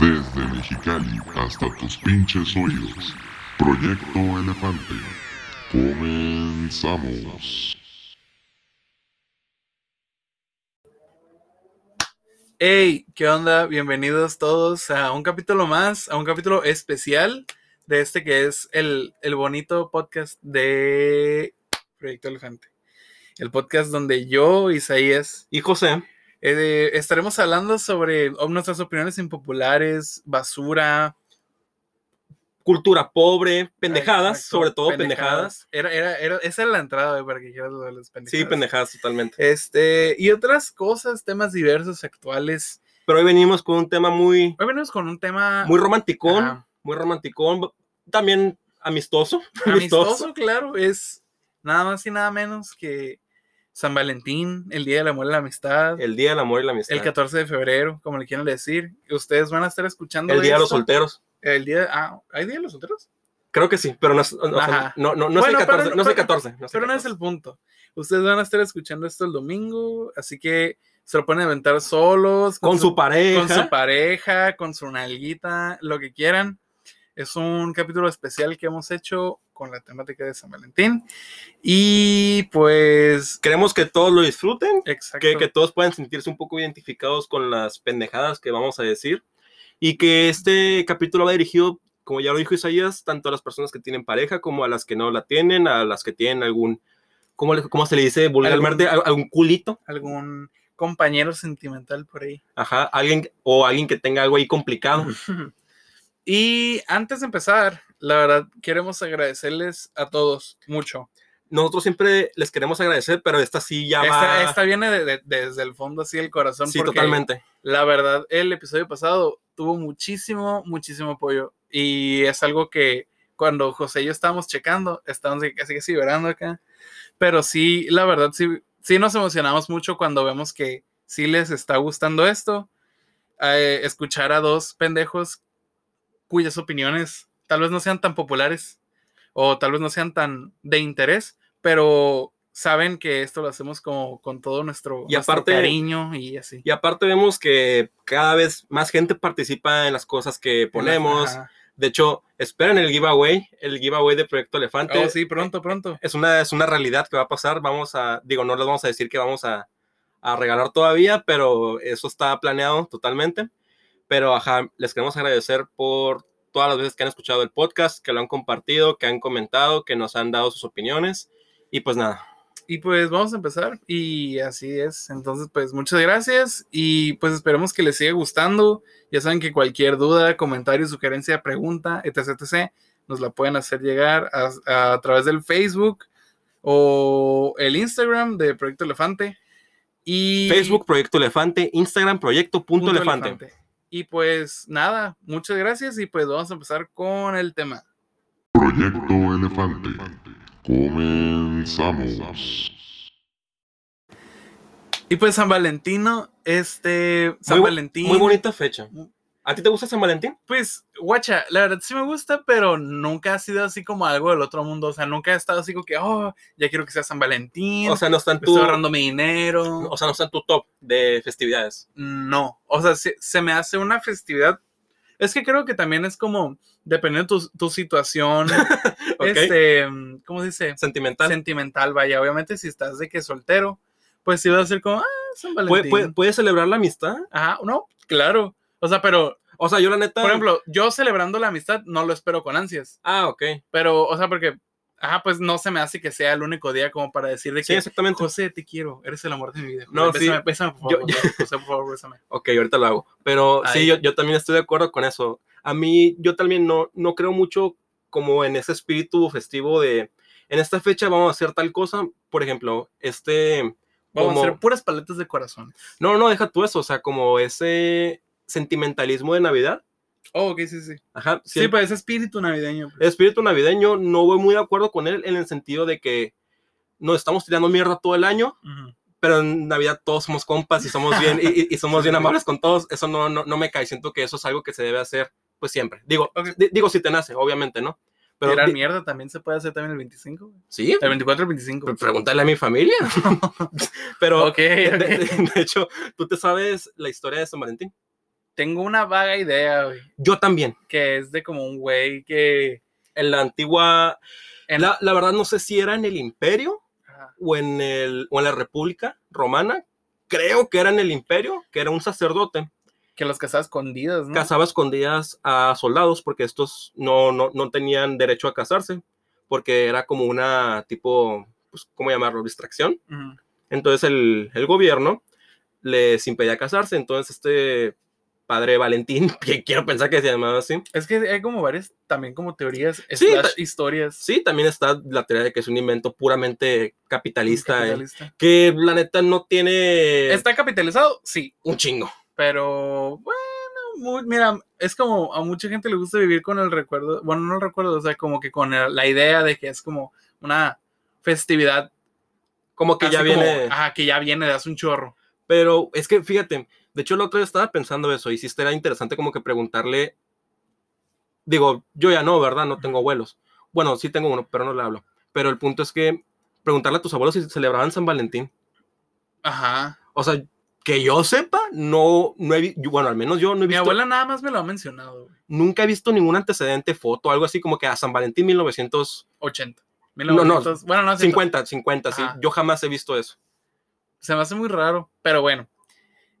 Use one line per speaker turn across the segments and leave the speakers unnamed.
Desde Mexicali hasta tus pinches hoyos. Proyecto Elefante. Comenzamos.
Hey, ¿qué onda? Bienvenidos todos a un capítulo más, a un capítulo especial de este que es el, el bonito podcast de Proyecto Elefante. El podcast donde yo, Isaías,
Y José,
eh, estaremos hablando sobre oh, nuestras opiniones impopulares, basura, ah,
cultura pobre, pendejadas,
exacto,
sobre todo pendejadas.
Era, era, era, esa era la entrada, güey, para que dijeras lo de las pendejadas.
Sí, pendejadas totalmente.
Este, y otras cosas, temas diversos, actuales.
Pero hoy venimos con un tema muy,
Hoy venimos con un tema
muy romanticón,
Ah, Ajá.
muy romanticón, también amistoso.
amistoso, claro, es nada más y nada menos que San Valentín, el Día del Amor y la Amistad, el,
El Día del Amor y la Amistad. El,
14 de febrero, como le quieran decir. Y ustedes van a estar escuchando
Día de los
esto.
Solteros.
El día, ah, ¿hay Día de los Solteros?
Creo que sí, pero no es, o- o sea,
Ajá.
no, no, no
Bueno,
es el
pero
14.
no-
No, es el
pero-
14. No es el
Pero no es
14.
el punto. Ustedes van a estar escuchando esto el domingo, así que se lo pueden aventar solos,
Con su pareja.
con su pareja, con su nalguita, lo que quieran. Es un capítulo especial que hemos hecho con la temática de San Valentín. Y pues,
Queremos que todos lo disfruten,
exacto.
que, que todos puedan sentirse un poco identificados con las pendejadas que vamos a decir y que este capítulo va dirigido, como ya lo dijo Isaías, tanto a las personas que tienen pareja como a las que no la tienen, a las que tienen algún, ¿cómo, le- cómo se le dice vulgarmente? Al- Algún culito,
Algún compañero sentimental por ahí.
ajá, alguien o alguien que tenga algo ahí complicado.
Y antes de empezar, la verdad, queremos agradecerles a todos mucho.
Nosotros siempre les queremos agradecer, pero esta sí ya va...
Esta, esta viene de- de- desde el fondo, así el corazón.
sí,
porque
totalmente.
La verdad, el episodio pasado tuvo muchísimo, muchísimo apoyo. Y es algo que cuando José y yo estábamos checando, estábamos de- casi que sí llorando acá. Pero sí, la verdad, sí, sí nos emocionamos mucho cuando vemos que sí les está gustando esto. eh, escuchar a dos pendejos cuyas opiniones tal vez no sean tan populares o tal vez no sean tan de interés, pero saben que esto lo hacemos como con todo nuestro,
Y
nuestro
aparte-
cariño y así.
Y aparte vemos que cada vez más gente participa en las cosas que ponemos.
Ajá.
De hecho, esperen el giveaway, el giveaway de Proyecto Elefante.
Oh, sí, pronto, pronto.
Es una, es una realidad que va a pasar. Vamos a, digo, no les vamos a decir que vamos a, a regalar todavía, pero eso está planeado totalmente. Pero, ajá, les queremos agradecer por todas las veces que han escuchado el podcast, que lo han compartido, que han comentado, que nos han dado sus opiniones. Y pues nada,
Y pues vamos a empezar. Y así es. Entonces, pues muchas gracias. Y pues esperemos que les siga gustando. Ya saben que cualquier duda, comentario, sugerencia, pregunta, etc., etc., nos la pueden hacer llegar a, a través del Facebook o el Instagram de Proyecto Elefante. Y
Facebook Proyecto Elefante, Instagram Proyecto Punto
punto
Elefante.
Y pues nada, muchas gracias. Y pues vamos a empezar con el tema.
Proyecto Elefante. Comenzamos.
Y pues San Valentino, este. San
bu-
Valentín.
Muy bonita fecha.
Mu-
¿A ti te gusta San Valentín?
Pues, guacha, la verdad sí me gusta, pero nunca ha sido así como algo del otro mundo. O sea, nunca he estado así como que, oh, ya quiero que sea San Valentín.
O sea, no está en tu,
estoy ahorrando mi dinero.
o sea, no está en tu top de festividades.
No, o sea, se, se me hace una festividad. Es que creo que también es como, dependiendo de tu, tu situación,
Ok.
este, ¿cómo se dice?
Sentimental.
Sentimental, vaya. Obviamente, si estás de que soltero, pues sí va a ser como, ah, San
¿Puedes
Valentín.
celebrar la amistad?
Ajá, no, claro. O sea, pero,
O sea, yo la neta.
por ejemplo, yo celebrando la amistad no lo espero con ansias.
Ah, ok.
Pero, o sea, porque, ajá, pues no se me hace que sea el único día como para decir de
Sí,
que,
exactamente.
José, te quiero, eres el amor de mi vida. José,
No, sí.
bésame, bésame, por
Yo-
favor,
yo-
José, José, por favor, bésame.
Ok, ahorita lo hago. Pero
Ay.
sí, yo, yo también estoy de acuerdo con eso. A mí, yo también no, no creo mucho como en ese espíritu festivo de en esta fecha vamos a hacer tal cosa. Por ejemplo, este.
Vamos a
Como-
hacer puras paletas de corazón.
No, no, deja tú eso. O sea, como ese sentimentalismo de Navidad.
Oh, ok, sí, sí.
Ajá.
Sí,
siempre-
pues ese espíritu navideño. pues.
el espíritu navideño no voy muy de acuerdo con él en el sentido de que nos estamos tirando mierda todo el año,
Ujú.
pero en Navidad todos somos compas y somos bien, y- y, y somos bien amables con todos. Eso no, no, no me cae. Siento que eso es algo que se debe hacer, pues siempre. Digo,
Ok.
di- digo si te nace, obviamente, ¿no? Pero
Tirar
di-
mierda también se puede hacer también el 25. güey.
sí,
El 24 el 25.
pre- pregúntale a mi familia. pero
ok, ok.
eh, de, de- de hecho, ¿tú te sabes la historia de San Valentín?
tengo una vaga idea, güey,
Yo también.
que es de como un güey que...
En la antigua.
En-
La, la verdad, no sé si era en el Imperio
Ajá.
o en, el, o en la República Romana. Creo que era en el Imperio, que era un sacerdote.
que los cazaba escondidas, ¿no?
Cazaba escondidas a soldados porque estos no, no, no tenían derecho a casarse. Porque era como una tipo. Pues, ¿Cómo llamarlo? Distracción.
Ujú.
Entonces el, el gobierno les impedía casarse. Entonces este padre Valentín, que quiero pensar que se llamaba así.
Es que hay como varias también como teorías,
Sí,
slash historias.
Sí, también está la teoría de que es un invento puramente capitalista. eh,
Capitalista.
que la neta no tiene
¿Está capitalizado? Sí.
un chingo.
Pero bueno, mu- mira, es como a mucha gente le gusta vivir con el recuerdo, bueno, no el recuerdo, o sea, como que con el- la idea de que es como una festividad
Como que ya
así como,
viene.
ajá, que ya viene de hace un chorro.
Pero es que fíjate, de hecho el otro día estaba pensando eso y sí era interesante como que preguntarle. Digo, yo ya no, ¿verdad? No tengo abuelos. Bueno, sí tengo uno, pero no le hablo. Pero el punto es que preguntarle a tus abuelos si celebraban San Valentín.
Ajá.
O sea, que yo sepa, no, no he vi- yo- bueno, al menos yo no he
Mi
visto,
abuela nada más me lo ha mencionado, güey.
nunca he visto ningún antecedente, foto, algo así como que a San Valentín 1950,
80.
no,
1900, bueno, no, 50.
50, sí,
Ajá.
yo jamás he visto eso.
Se me hace muy raro, pero bueno.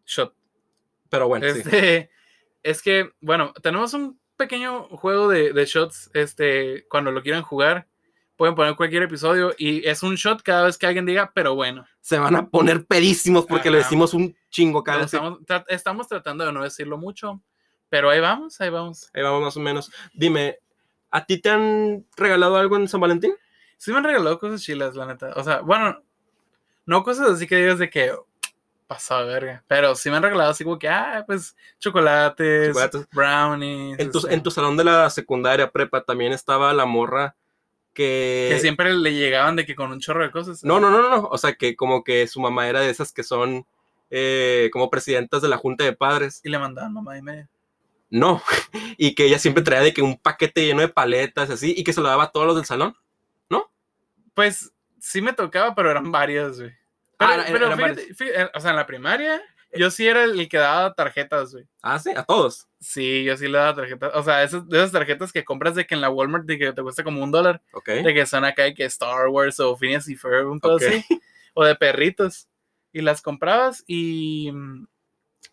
Shot.
Pero bueno, sí.
Este, Es que, bueno, tenemos un pequeño juego de, de shots. Este, cuando lo quieran jugar, pueden poner cualquier episodio y es un shot cada vez que alguien diga, pero bueno.
se van a poner pedísimos porque le
Ajá.
decimos un chingo cada
Pero
vez.
estamos, tra- estamos tratando de no decirlo mucho, pero ahí vamos, ahí vamos.
Ahí vamos más o menos. Dime, ¿a ti te han regalado algo en San Valentín?
Sí me han regalado cosas chilas, la neta. O sea, bueno, no cosas así que digas de que pasado de verga, pero sí me han regalado así como que, ah, pues chocolates,
Chocolates.
brownies.
En tu,
este,
en tu salón de la secundaria prepa también estaba la morra que...
que siempre le llegaban de que con un chorro de cosas.
eh, No, no, no, no, no. O sea, que como que su mamá era de esas que son eh, como presidentas de la Junta de Padres.
Y le mandaban mamá y media.
No. Y que ella siempre traía de que un paquete lleno de paletas así y que se lo daba a todos los del salón.
Pues sí me tocaba, pero eran varias, güey. Pero,
Ah, era-
pero
eran Eh.
fíjate, fí- eh, o sea, en la primaria, yo sí era el que daba tarjetas, güey.
Ah, sí, a todos.
Sí, yo sí le daba tarjetas. O sea, esas, de esas tarjetas que compras de que en la Walmart de que te cuesta como un dólar,
Ok.
de que son acá de que Star Wars o Phineas y Ferb, un pedo
¿Eh? Ok.
así, o de perritos. Y las comprabas y. mm,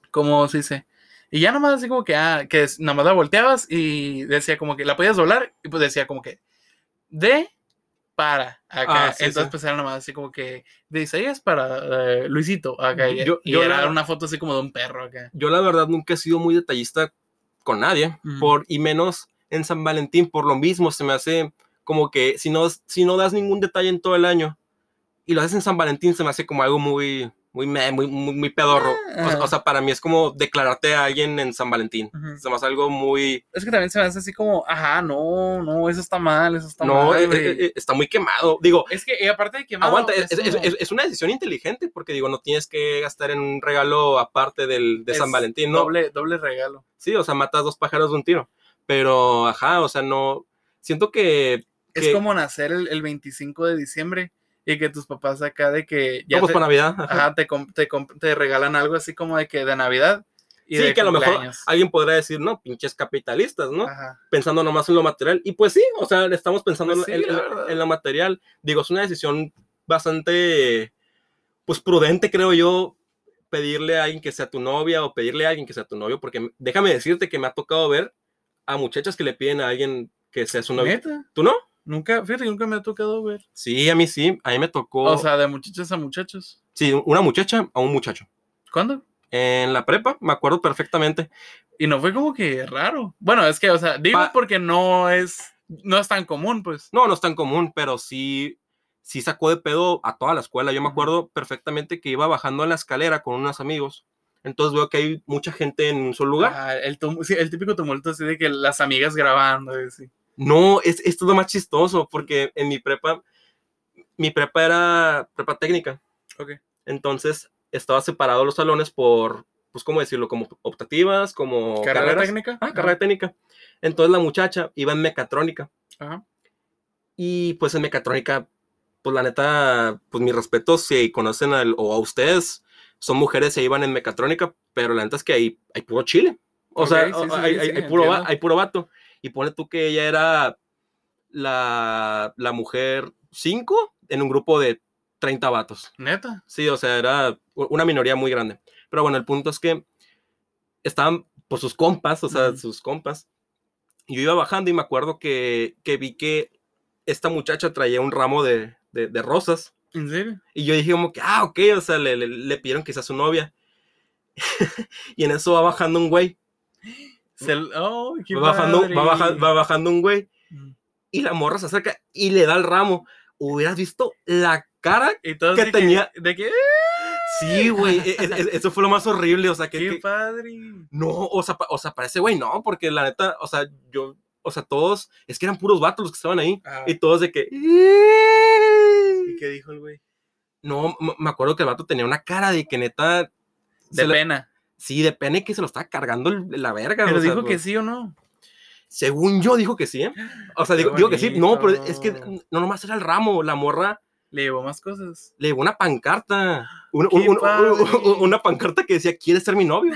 ¿Cómo se dice? Y ya nomás así como que, ah, que es- nomás la volteabas y decía como que la podías doblar y pues decía como que de para acá.
Ah, sí,
Entonces
sí.
pues era nomás así como que de Isaías para eh, Luisito acá. Y,
Yo-
y
yo
era
la-
una foto así como de un perro acá.
yo la verdad nunca he sido muy detallista con nadie,
Ujú.
por, y menos en San Valentín, por lo mismo se me hace como que si no, si no das ningún detalle en todo el año y lo haces en San Valentín se me hace como algo muy, muy, meh, muy, muy, muy pedorro. O sea- O,
Ah.
sea, para mí es como declararte a alguien en San Valentín.
Ujú.
Se me hace algo muy...
Es que también se me hace así como, ajá, no, no, eso está mal, eso está
no,
mal.
eh,
güey".
eh, eh, está muy quemado. Digo,
es que y aparte de que mano,
aguanta, es, es-
como-
es- es una decisión inteligente porque digo, no tienes que gastar en un regalo aparte del, de
es
San Valentín. No,
Doble, doble regalo.
Sí, o sea, matas dos pájaros de un tiro. Pero, ajá, o sea, no. Siento que.
Es
que-
como nacer el, el 25 de diciembre y que tus papás acá de que ya
no, pues
te,
para Navidad. ajá.
ajá, te, comp- te comp- te regalan algo así como de que de Navidad. Y
sí,
de
que a lo mejor
cumpleaños. Ah.
alguien podrá decir, no, pinches capitalistas, ¿no?
Ajá.
Pensando nomás en lo material. Y pues sí, o sea, le estamos pensando
Pues
en-
sí,
en,
la verdad.
en lo material. Digo, es una decisión bastante. Pues prudente, creo yo, pedirle a alguien que sea tu novia o pedirle a alguien que sea tu novio, porque déjame decirte que me ha tocado ver a muchachas que le piden a alguien que sea su novio.
Neta,
¿Tú no?
nunca, fíjate, que nunca me ha tocado ver.
Sí, a mí sí, a mí me tocó.
O sea, de muchachos a muchachos.
Sí, una muchacha a un muchacho.
¿Cuándo?
En la prepa, me acuerdo perfectamente.
Y no fue como que raro. Bueno, es que, o sea, digo
Pa-
porque no es, no es tan común, pues.
No, no es tan común, pero sí, sí sacó de pedo a toda la escuela. Yo me
Ujú.
acuerdo perfectamente que iba bajando en la escalera con unos amigos. Entonces veo que hay mucha gente en un solo lugar.
Ah, el, tum- sí, el típico tumulto así de que las amigas grabando. y así.
No, es, esto es lo más chistoso, porque en mi prepa, mi prepa era prepa técnica.
Ok.
Entonces estaba separado los salones por, pues, ¿cómo decirlo? Como optativas, como
¿Carrera
carreras.
técnica?
Ah, carrera técnica. Entonces la muchacha iba en mecatrónica.
Ajá.
Y pues en mecatrónica, pues la neta, pues mis respetos si conocen al- o a ustedes, son mujeres que iban en mecatrónica, pero la neta es que ahí hay puro chile. O
Ok,
sea,
sí, sí, sí,
hay, hay-
sí,
hay puro va-
entiendo.
hay puro vato. Y ponle tú que ella era la, la mujer 5 en un grupo de 30 vatos.
Neta.
Sí, o sea, era u- una minoría muy grande. Pero bueno, el punto es que estaban por sus compas, o sea,
Ujú.
sus compas. Y yo iba bajando y me acuerdo que, que vi que esta muchacha traía un ramo de, de- de rosas.
¿En serio?
Y yo dije como que, ah, ok, o sea, le, le, le pidieron quizás su novia. y en eso va bajando un güey.
Se- oh, qué
Va bajando, va, baja-
padre.
va bajando un güey
Mm.
y la morra se acerca y le da el ramo. Hubieras visto la cara.
Y todos
¿Qué
de
tenía?
Que, de que, ¡eh,
Sí, güey. e- e- e- Eso fue lo más horrible. O sea, que.
¡Qué
que-
padre!
no, o sea, pa- o sea, para ese güey, no, porque la neta, o sea, yo, o sea, todos, es que eran puros vatos los que estaban ahí.
Ah,
Y todos de que.
¿Y qué dijo el güey?
No, m- me acuerdo que el vato tenía una cara de que neta.
De
se la-
pena.
sí, de pena que se lo estaba cargando el- la verga.
Pero
o sea,
dijo que
pues,
sí o no.
Según yo, dijo que sí, ¿eh? O sea,
Qué
digo, digo que sí. No, pero es que
bonito.
no nomás era el ramo, la morra.
Le llevó más cosas.
le llevó una pancarta. un-
¡Qué
un- un- un-
padre!
una pancarta que decía, ¿quieres ser mi novio?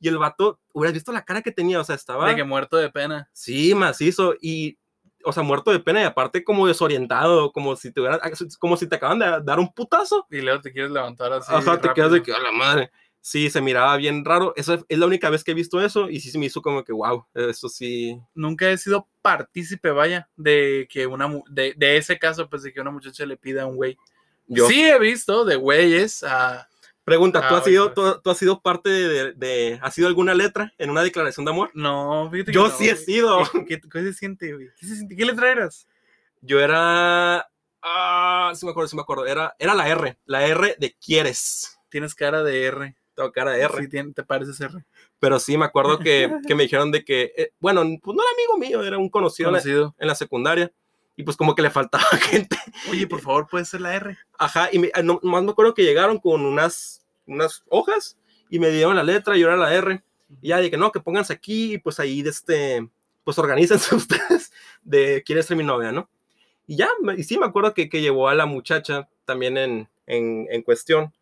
Y el vato, hubieras visto la cara que tenía, o sea, estaba...
De que muerto de pena.
Sí, macizo, y... O sea, muerto de pena y aparte como desorientado, como si te, hubieran- como si te acaban de dar un putazo.
Y luego te quieres levantar así.
o sea, te quedas de
rápido.
que, a la madre. Sí, se miraba bien raro. Esa es- es la única vez que he visto eso y sí se me hizo como que, wow, eso sí.
Nunca he sido partícipe, vaya, de que una. mu- De, de ese caso, pues de que una muchacha le pida a un güey.
Yo.
Sí he visto de güeyes a.
Pregunta, ¿tú,
Ah,
has sido,
ahorita.
tú, tú has sido parte de, de, de- ¿Has sido alguna letra en una declaración de amor?
No, fíjate que
Yo
no,
sí he
güey.
sido.
¿Qué, qué- qué se siente, güey? ¿Qué se siente? ¿Qué le traerás?
Yo era. Ah, sí me acuerdo, sí me acuerdo. Era, era la R. La R de quieres.
Tienes cara de R.
Tengo cara de R.
Sí, tien- te pareces R.
Pero sí me acuerdo que, que me dijeron de que. eh, bueno, pues no era amigo mío, era un conocido, en la-
Conocido.
en la secundaria. Y pues como que le faltaba gente.
Oye, por favor, puede ser la R.
Ajá. Y me, ah, no- nomás me acuerdo que llegaron con unas, unas hojas y me dieron la letra y yo era la R. Y ya dije, no, que pónganse aquí y pues ahí de este. Pues organícense ustedes de quieres ser mi novia, ¿no? Y ya, me- y sí me acuerdo que, que llevó a la muchacha también en, en, en cuestión,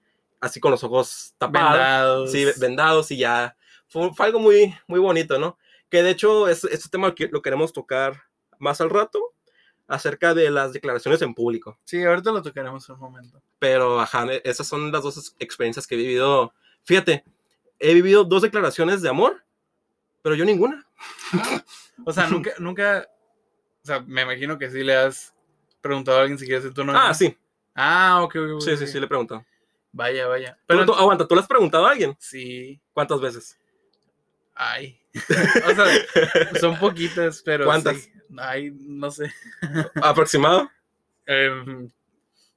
así con los ojos tapados,
Vendados.
sí, vendados y ya. Fue, fue algo muy, muy bonito, ¿no? Que de hecho es, este tema que lo queremos tocar más al rato, acerca de las declaraciones en público.
Sí, ahorita lo tocaremos en un momento.
Pero, ajá, e- esas son las dos experiencias que he vivido. Fíjate, he vivido dos declaraciones de amor, pero yo ninguna.
O sea, nunca, nunca. O sea, me imagino que sí le has preguntado a alguien si quieres ser tu novio.
Ah, sí,
Ah, ok, ok, ok,
sí, sí,
ok.
sí, le he preguntado.
Vaya, vaya.
Pero
Pero ent-
aguanta, ¿tú ah. le has preguntado a alguien?
sí.
¿Cuántas veces?
Ay. o sea, son poquitas, pero.
¿Cuántas?
sí. Ay, no sé.
¿Aproximado?
Em,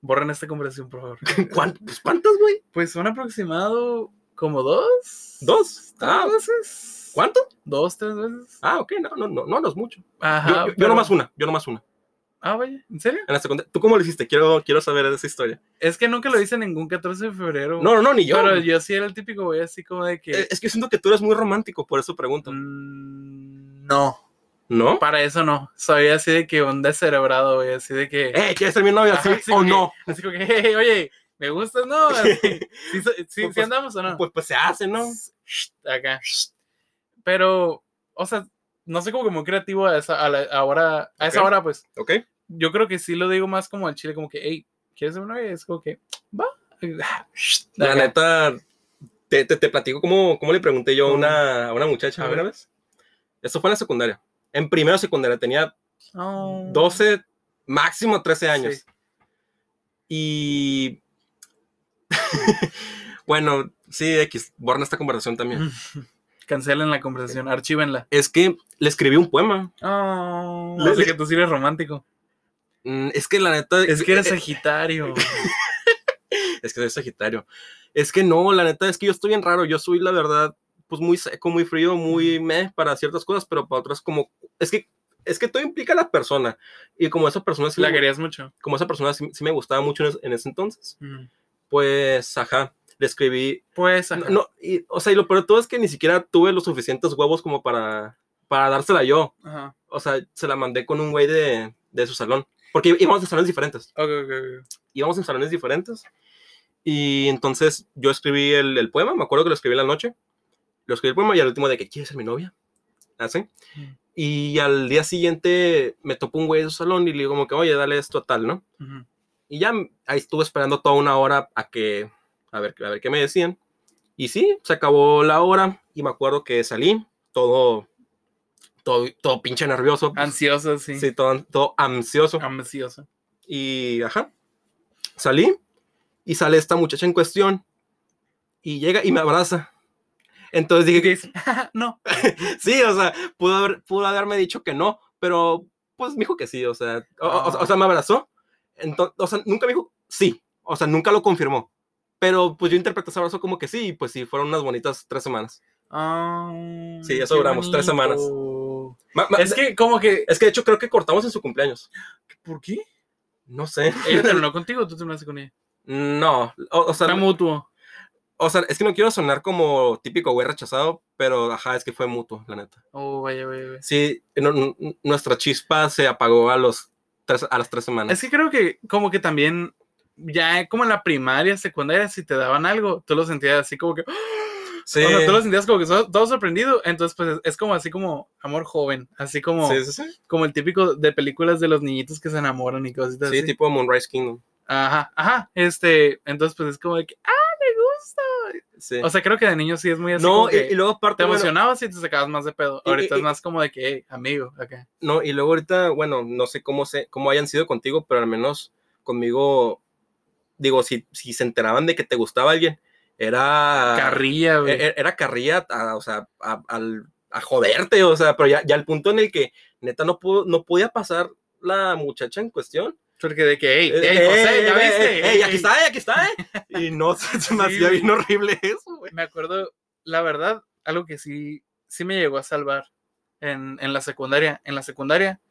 borren esta conversación, por favor.
¿Cuán- pues, ¿Cuántas, güey?
Pues un aproximado como dos.
Dos.
¿Tres
Ah,
veces?
¿Cuánto?
Dos, tres veces.
Ah, ok, no, no, no, no, no es mucho.
Ajá.
Yo- yo, yo
pero-
nomás una, yo nomás una.
Ah, vaya. ¿En serio?
En la secundaria. ¿Tú cómo lo hiciste? Quiero, quiero saber esa historia.
Es que nunca lo hice ningún 14 de febrero.
No, no, no, ni yo.
Pero
güey.
yo sí era el típico güey así como de que.
Eh, Es que siento que tú eres muy romántico, por eso pregunto.
mm, no.
¿No?
Para eso no. Soy así de que un descerebrado, güey. Así de que.
Eh, ¿quieres ser mi novia
Ajá,
sí
sí,
o
porque-
no?
Así como que, "Hey, oye, ¿me gustas? No. Así, sí, so- sí- sí
Pues- pues-
andamos o no.
Pues, pues se hace, ¿no?
Acá. Pero, o sea, no sé cómo que muy creativo a esa, a la- ahora, a esa
Ok.
hora, pues.
¿Ok?
Yo creo que sí lo digo más como al chile, como que, hey, ¿quieres ser una novia? Es como que, va.
La
Acá.
neta, te, te, te platico cómo, cómo le pregunté yo a
¿Cómo?
una, a una muchacha
A
una
ver.
vez. Eso fue en la secundaria. En primero de secundaria tenía
Oh.
12, máximo 13 años.
Sí.
Y. bueno, sí, X, borra esta conversación también.
Cancelen la conversación, archívenla.
Es que le escribí un poema.
Oh,
Le-
así
le-
que tú sí eres romántico.
Mm, Es que la neta.
Es que eres
eh,
Sagitario.
Es que soy Sagitario. Es que no, la neta, es que yo estoy bien raro. Yo soy, la verdad, pues muy seco, muy frío, muy meh para ciertas cosas, pero para otras, como. Es que. Es que todo implica a la persona. Y como esa persona sí,
la
me-
querías mucho.
como esa persona sí, sí me gustaba mucho en ese, en ese entonces,
Mm.
pues, ajá, le escribí
Pues,
No,
ajá.
no, y, o sea, y lo peor de todo es que ni siquiera tuve los suficientes huevos como para, para dársela yo.
Ajá.
O sea, se la mandé con un güey de, de su salón. Porque íbamos en salones diferentes.
Ok, ok, ok.
Íbamos en salones diferentes. Y entonces yo escribí el, el poema, me acuerdo que lo escribí en la noche. lo escribí el poema y al último de que, ¿quieres ser mi novia? Así. Y al día siguiente me topó un güey de su salón y le digo como que, oye, dale esto a tal, ¿no?
Ujú.
Y ya ahí estuve esperando toda una hora a que, a ver, a ver qué me decían. Y sí, se acabó la hora y me acuerdo que salí todo, todo, todo pinche nervioso. pues,
Ansioso, Ah, sí.
sí, todo, todo ansioso.
Ansioso.
Y, ajá, salí y sale esta muchacha en cuestión y llega y me abraza. Entonces dije,
Y que dice, "Ja, no.
Sí, o sea, pudo, haber- pudo haberme dicho que no, pero pues me dijo que sí, o sea, o, o- o sea, me abrazó. Entonces, o sea, nunca me dijo sí, o sea, nunca lo confirmó. Pero pues yo interpreté ese abrazo como que sí, y pues sí, fueron unas bonitas tres semanas.
Ah,
Sí, eso
qué
duramos tres semanas.
bonito.
Ma- ma-
Es
es, que,
que, como que,
es que de hecho creo que cortamos en su cumpleaños.
¿por qué?
No sé.
¿Ella terminó contigo o tú terminaste con ella?
No, o, o sea,
Está mutuo.
o sea, es que no quiero sonar como típico güey rechazado, pero ajá, es que fue mutuo, la neta.
Oh, vaya, vaya, vaya.
Sí, no- no- nuestra chispa se apagó a, los tres, a las tres semanas.
Es que creo que, como que también, ya como en la primaria, secundaria, si te daban algo, tú lo sentías así como que,
sí,
o sea, tú lo sentías como que so- todo sorprendido. Entonces, pues es, es como así como amor joven, así como,
sí, sí, sí.
como el típico de películas de los niñitos que se enamoran y cositas
Sí,
así.
tipo Moonrise Kingdom.
Ajá, ajá. Este, entonces, pues es como de que, ah, me gusta.
Sí.
O sea, creo que de niño sí es muy así.
no,
como
y,
que
y luego
te
aparte, bueno,
emocionabas y te sacabas más de pedo.
Y-
Ahorita
y-
es más como de que, hey, amigo, acá.
no, y luego ahorita, bueno, no sé cómo se, cómo hayan sido contigo, pero al menos conmigo, digo, si, si se enteraban de que te gustaba alguien, era
Carrilla, güey.
e- e- era carrilla, a- o sea, a, al- a joderte, o sea, pero ya, ya al punto en el que neta no pudo, no podía pasar la muchacha en cuestión.
Porque de que, hey,
Eh, eh,
José, ¿ya
eh,
viste?
eh, eh,
Ey,
aquí
ey".
está, eh, aquí está, eh. Y no, se, se me
Sí,
hacía
güey.
bien horrible eso, güey.
Me acuerdo, la verdad, algo que sí, sí me llegó a salvar en, en la secundaria. En la secundaria,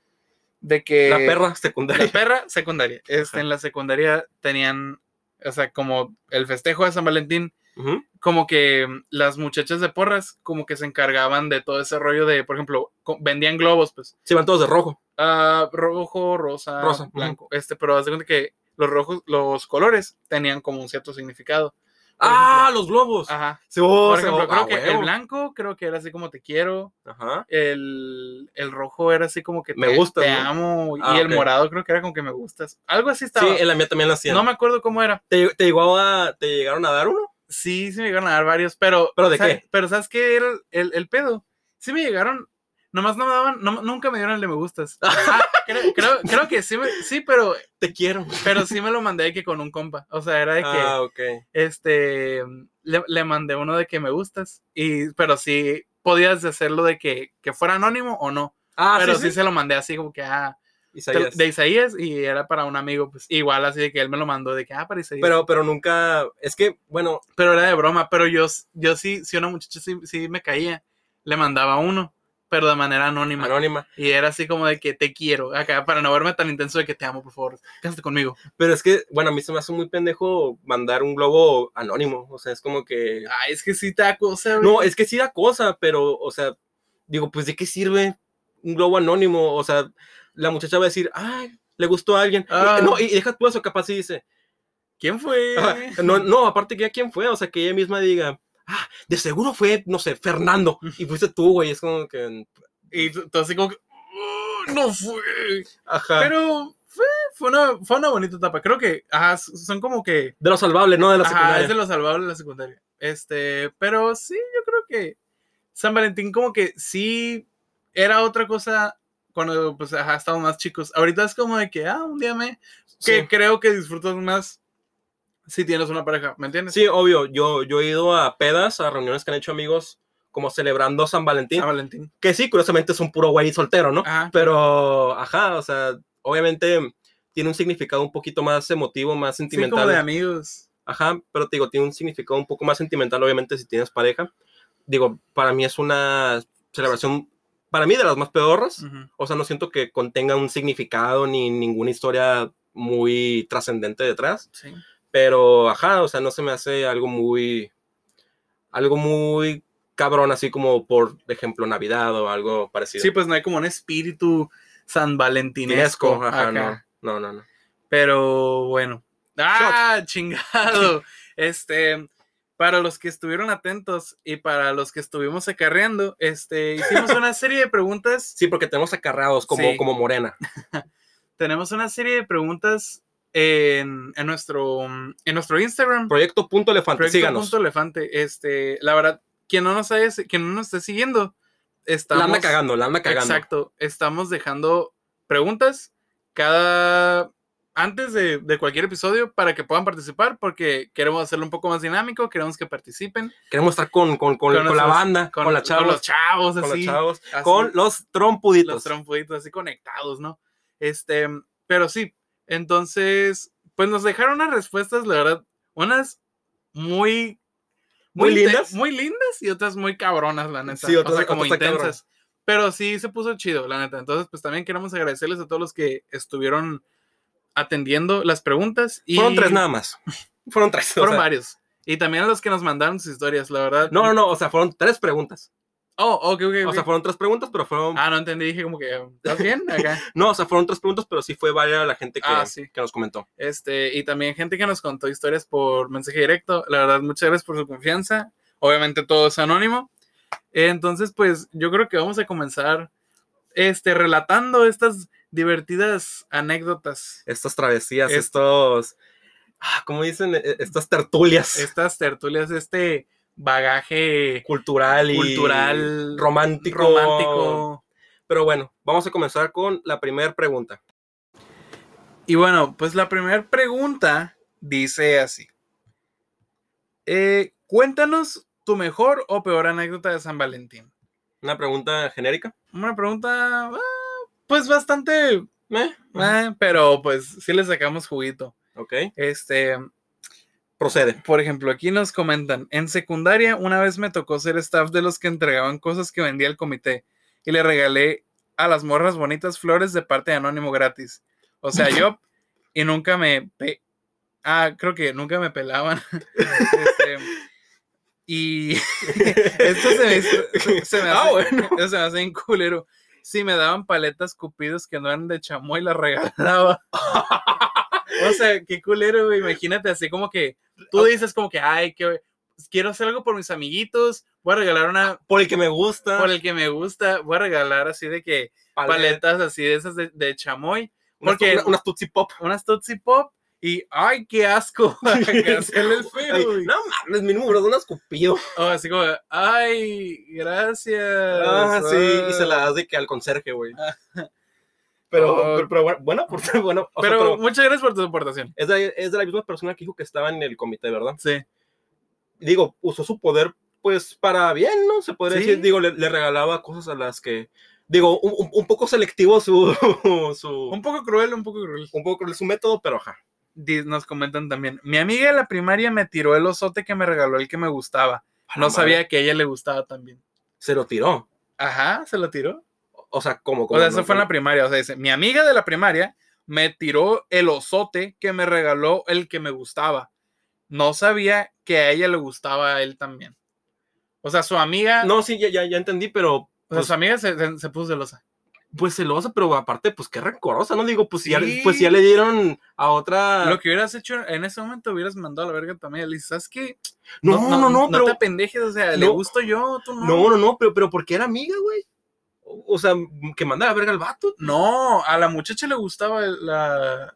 de que.
La perra
La
secundaria.
perra secundaria. Este, en la secundaria tenían, o sea, como el festejo de San Valentín,
Ujú.
como que mm, las muchachas de porras, como que se encargaban de todo ese rollo de, por ejemplo, co- vendían globos, pues.
Sí, van todos de rojo.
ah, rojo, rosa,
Rosa, ujú.
blanco. Este, pero haz de cuenta que los rojos, los colores tenían como un cierto significado. Por
Ah,
ejemplo.
los globos.
Ajá.
Sí, oh,
Por
se-
ejemplo,
ah,
creo que el
huevo.
blanco, creo que era así como te quiero.
Ajá.
El, el rojo era así como que
Me
te,
gustas,
te
¿no?
amo.
Ah,
y el
ok.
morado creo que era como que me gustas. Algo así
Sí,
estaba.
en la mía también lo hacían.
no me acuerdo cómo era.
¿Te, te llegó a- te llegaron a dar uno?
Sí, sí me llegaron a dar varios, pero.
¿Pero de
¿sabe-
qué?
Pero ¿sabes qué era el, el- el pedo? Sí me llegaron. Nomás no me daban, no- nunca me dieron el de me gustas. Ah, creo, creo- creo que sí, me- sí, pero
Te quiero.
Pero sí me lo mandé de que con un compa. O sea, era de que
Ah, ok.
este le, le mandé uno de que me gustas. Y, pero sí podías hacerlo de que, que fuera anónimo o no.
Ah,
pero sí,
sí, sí.
se lo mandé así como que ah, te lo-
Isaías.
de Isaías y era para un amigo. Pues igual así de que él me lo mandó de que ah, para Isaías. Pero,
Pero, pero nunca, es que, bueno,
era de broma. Pero yo, s- yo sí, si una muchacha sí, sí me caía, le mandaba uno. Pero de manera anónima.
anónima.
Y era así como de que te quiero. Acá, para no verme tan intenso de que te amo, por favor. Cásate conmigo.
Pero es que, bueno, a mí se me hace muy pendejo mandar un globo anónimo. O sea, es como que...
Ay, es que sí te da cosa, güey.
No, es que sí da cosa, pero, o sea, digo, pues, ¿de qué sirve un globo anónimo? O sea, la muchacha va a decir, ay, le gustó a alguien. Y-
Ah.
No, y deja tú eso, capaz sí dice,
¿Quién fue?
Ajá, No, no, aparte que a quién fue, o sea, que ella misma diga, ah, de seguro fue, no sé, Fernando, y fuiste tú, güey, es como que,
Y tú, tú así como que, "Oh, no fue. Ah.
ajá,
Pero fue, fue, una, fue una bonita etapa. Creo que, ajá, s- son como que,
de lo salvable, ¿no? De la
ajá,
secundaria.
es de lo salvable de la secundaria. Este, pero sí, yo creo que San Valentín como que sí era otra cosa cuando, pues, ajá, estábamos más chicos. Ahorita es como de que, ah, un día me, que
Sí.
creo que disfrutas más si tienes una pareja, ¿me entiendes?
Sí, obvio, yo, yo he ido a pedas, a reuniones que han hecho amigos, como celebrando San Valentín,
San Valentín.
que sí, curiosamente es un puro güey soltero, ¿no?
Ajá.
Pero, ajá, o sea, obviamente tiene un significado un poquito más emotivo, más
Sí, como
sentimental.
de amigos.
Ajá, pero te digo, tiene un significado un poco más sentimental, obviamente, si tienes pareja. Digo, para mí es una celebración, para mí, de las más pedorras.
Ujú.
O sea, no siento que contenga un significado ni ninguna historia muy trascendente detrás.
Sí.
Pero, ajá, o sea, no se me hace algo muy, algo muy cabrón, así como, por ejemplo, Navidad o algo parecido.
Sí, pues no hay como un espíritu san valentinesco.
Tinesco, ajá,
acá.
no, no, no, no.
Pero bueno. Ah, chingado. Este, Para los que estuvieron atentos y para los que estuvimos acarreando, este, hicimos una serie de preguntas.
Sí, porque tenemos acarrados como,
Sí.
como morena.
Tenemos una serie de preguntas en, en nuestro, en nuestro Instagram.
Proyecto Punto Elefante,
Proyecto
síganos.
Punto Elefante. Este, la verdad, quien no nos haya- quien no nos esté siguiendo,
La
estamos.
anda cagando, la anda cagando.
Exacto. Estamos dejando preguntas cada antes de, de cualquier episodio para que puedan participar porque queremos hacerlo un poco más dinámico, queremos que participen
Queremos estar con, con, con,
Con
con la
esos-
banda, con, la
con
chavos,
los chavos,
con los
así,
chavos,
así,
con los trompuditos.
los trompuditos así conectados, ¿no? Este, pero sí, entonces, pues nos dejaron unas respuestas, la verdad, unas muy
Muy
inte-
lindas.
muy lindas y otras muy cabronas, la neta.
Sí, otras-
o sea, como
otras cabronas.
intensas. Pero sí se puso chido, la neta. Entonces, pues también queremos agradecerles a todos los que estuvieron atendiendo las preguntas y
Fueron tres nada más. Fueron tres. o
fueron
sea,
varios. Y también a los que nos mandaron sus historias, la verdad.
no, no, no, o sea, fueron tres preguntas.
Oh, ok, ok.
O
ok.
sea, fueron tres preguntas, pero fueron...
Ah, no entendí, dije como que, ¿estás bien? Acá.
No, o sea, fueron tres preguntas, pero sí fue varia la gente que,
Ah, sí.
que nos comentó.
Este, y también gente que nos contó historias por mensaje directo. La verdad, muchas gracias por su confianza. Obviamente todo es anónimo. Entonces, pues yo creo que vamos a comenzar este, relatando estas divertidas anécdotas,
Estas travesías,
Es-
estos... ah, ¿Cómo dicen? E- e- Estas tertulias
estas tertulias, este bagaje
cultural y...
cultural,
Romántico.
romántico.
Pero bueno, vamos a comenzar con la primera pregunta.
Y bueno, pues la primera pregunta dice así. Eh, cuéntanos tu mejor o peor anécdota de San Valentín.
Una pregunta genérica.
Una pregunta, ah, pues bastante,
Eh,
eh, pero pues sí le sacamos juguito.
Ok,
Este,
procede.
por ejemplo, aquí nos comentan, en secundaria una vez me tocó ser staff de los que entregaban cosas que vendía el comité y le regalé a las morras bonitas flores de parte de Anónimo gratis. O sea, yo, y nunca me... pe- ah, creo que nunca me pelaban. Este, y esto se me, hizo- se me hace,
Ah, bueno.
se me hace bien culero. Sí, me daban paletas cupidos que no eran de chamoy y las regalaba. o sea, qué culero, güey. Imagínate así como que tú dices como que, ay, que quiero hacer algo por mis amiguitos, voy a regalar una
Por el que me gusta.
por el que me gusta, voy a regalar así de que
paleta,
paletas así de esas de, de chamoy,
unas-
porque-
una- unas Tootsie Pop.
unas Tootsie Pop y, ay, qué asco. que hacerle el
Ay,
feo, güey.
no mames, mínimo me das unas cupido.
O así como, ay, gracias.
Ah, sí, y se
ah".
la das de que al conserje, güey.
Ah.
Pero,
Oh.
pero, pero bueno, bueno, por- bueno, o sea,
Pero
pero
muchas gracias por tu aportación.
es, de, es de la misma persona que dijo que estaba en el comité, ¿verdad?
Sí.
Digo, usó su poder, pues, para bien, ¿no? Se podría
Sí.
decir, digo, le, le regalaba cosas a las que, digo, un, un- un poco selectivo su, su,
Un poco cruel, un poco cruel.
un poco su método, pero ajá.
Di- Nos comentan también, mi amiga de la primaria me tiró el osote que me regaló el que me gustaba.
A la
Ah, No sabía
madre,
que a ella le gustaba también.
Se lo tiró.
Ajá, se lo tiró.
O sea, como,
O sea, eso fue en la primaria. O sea, dice, mi amiga de la primaria me tiró el osote que me regaló el que me gustaba. No sabía que a ella le gustaba a él también. O sea, su amiga,
No, pues sí, ya, ya, ya entendí, pero
o sea, su amiga se, se- se puso celosa.
pues celosa, pero aparte, pues qué rencorosa, ¿no? Digo, pues, si ya, le- pues si
Sí.
ya le dieron a otra.
Lo que hubieras hecho en ese momento hubieras mandado a la verga también. Le dices, ¿sabes qué?
No, no, no, pero.
te apendejes, o sea, le
No.
gusto yo, tú no.
No, no, no, pero, pero porque era amiga, güey. O o sea, que manda a la verga al vato.
No, a la muchacha le gustaba la...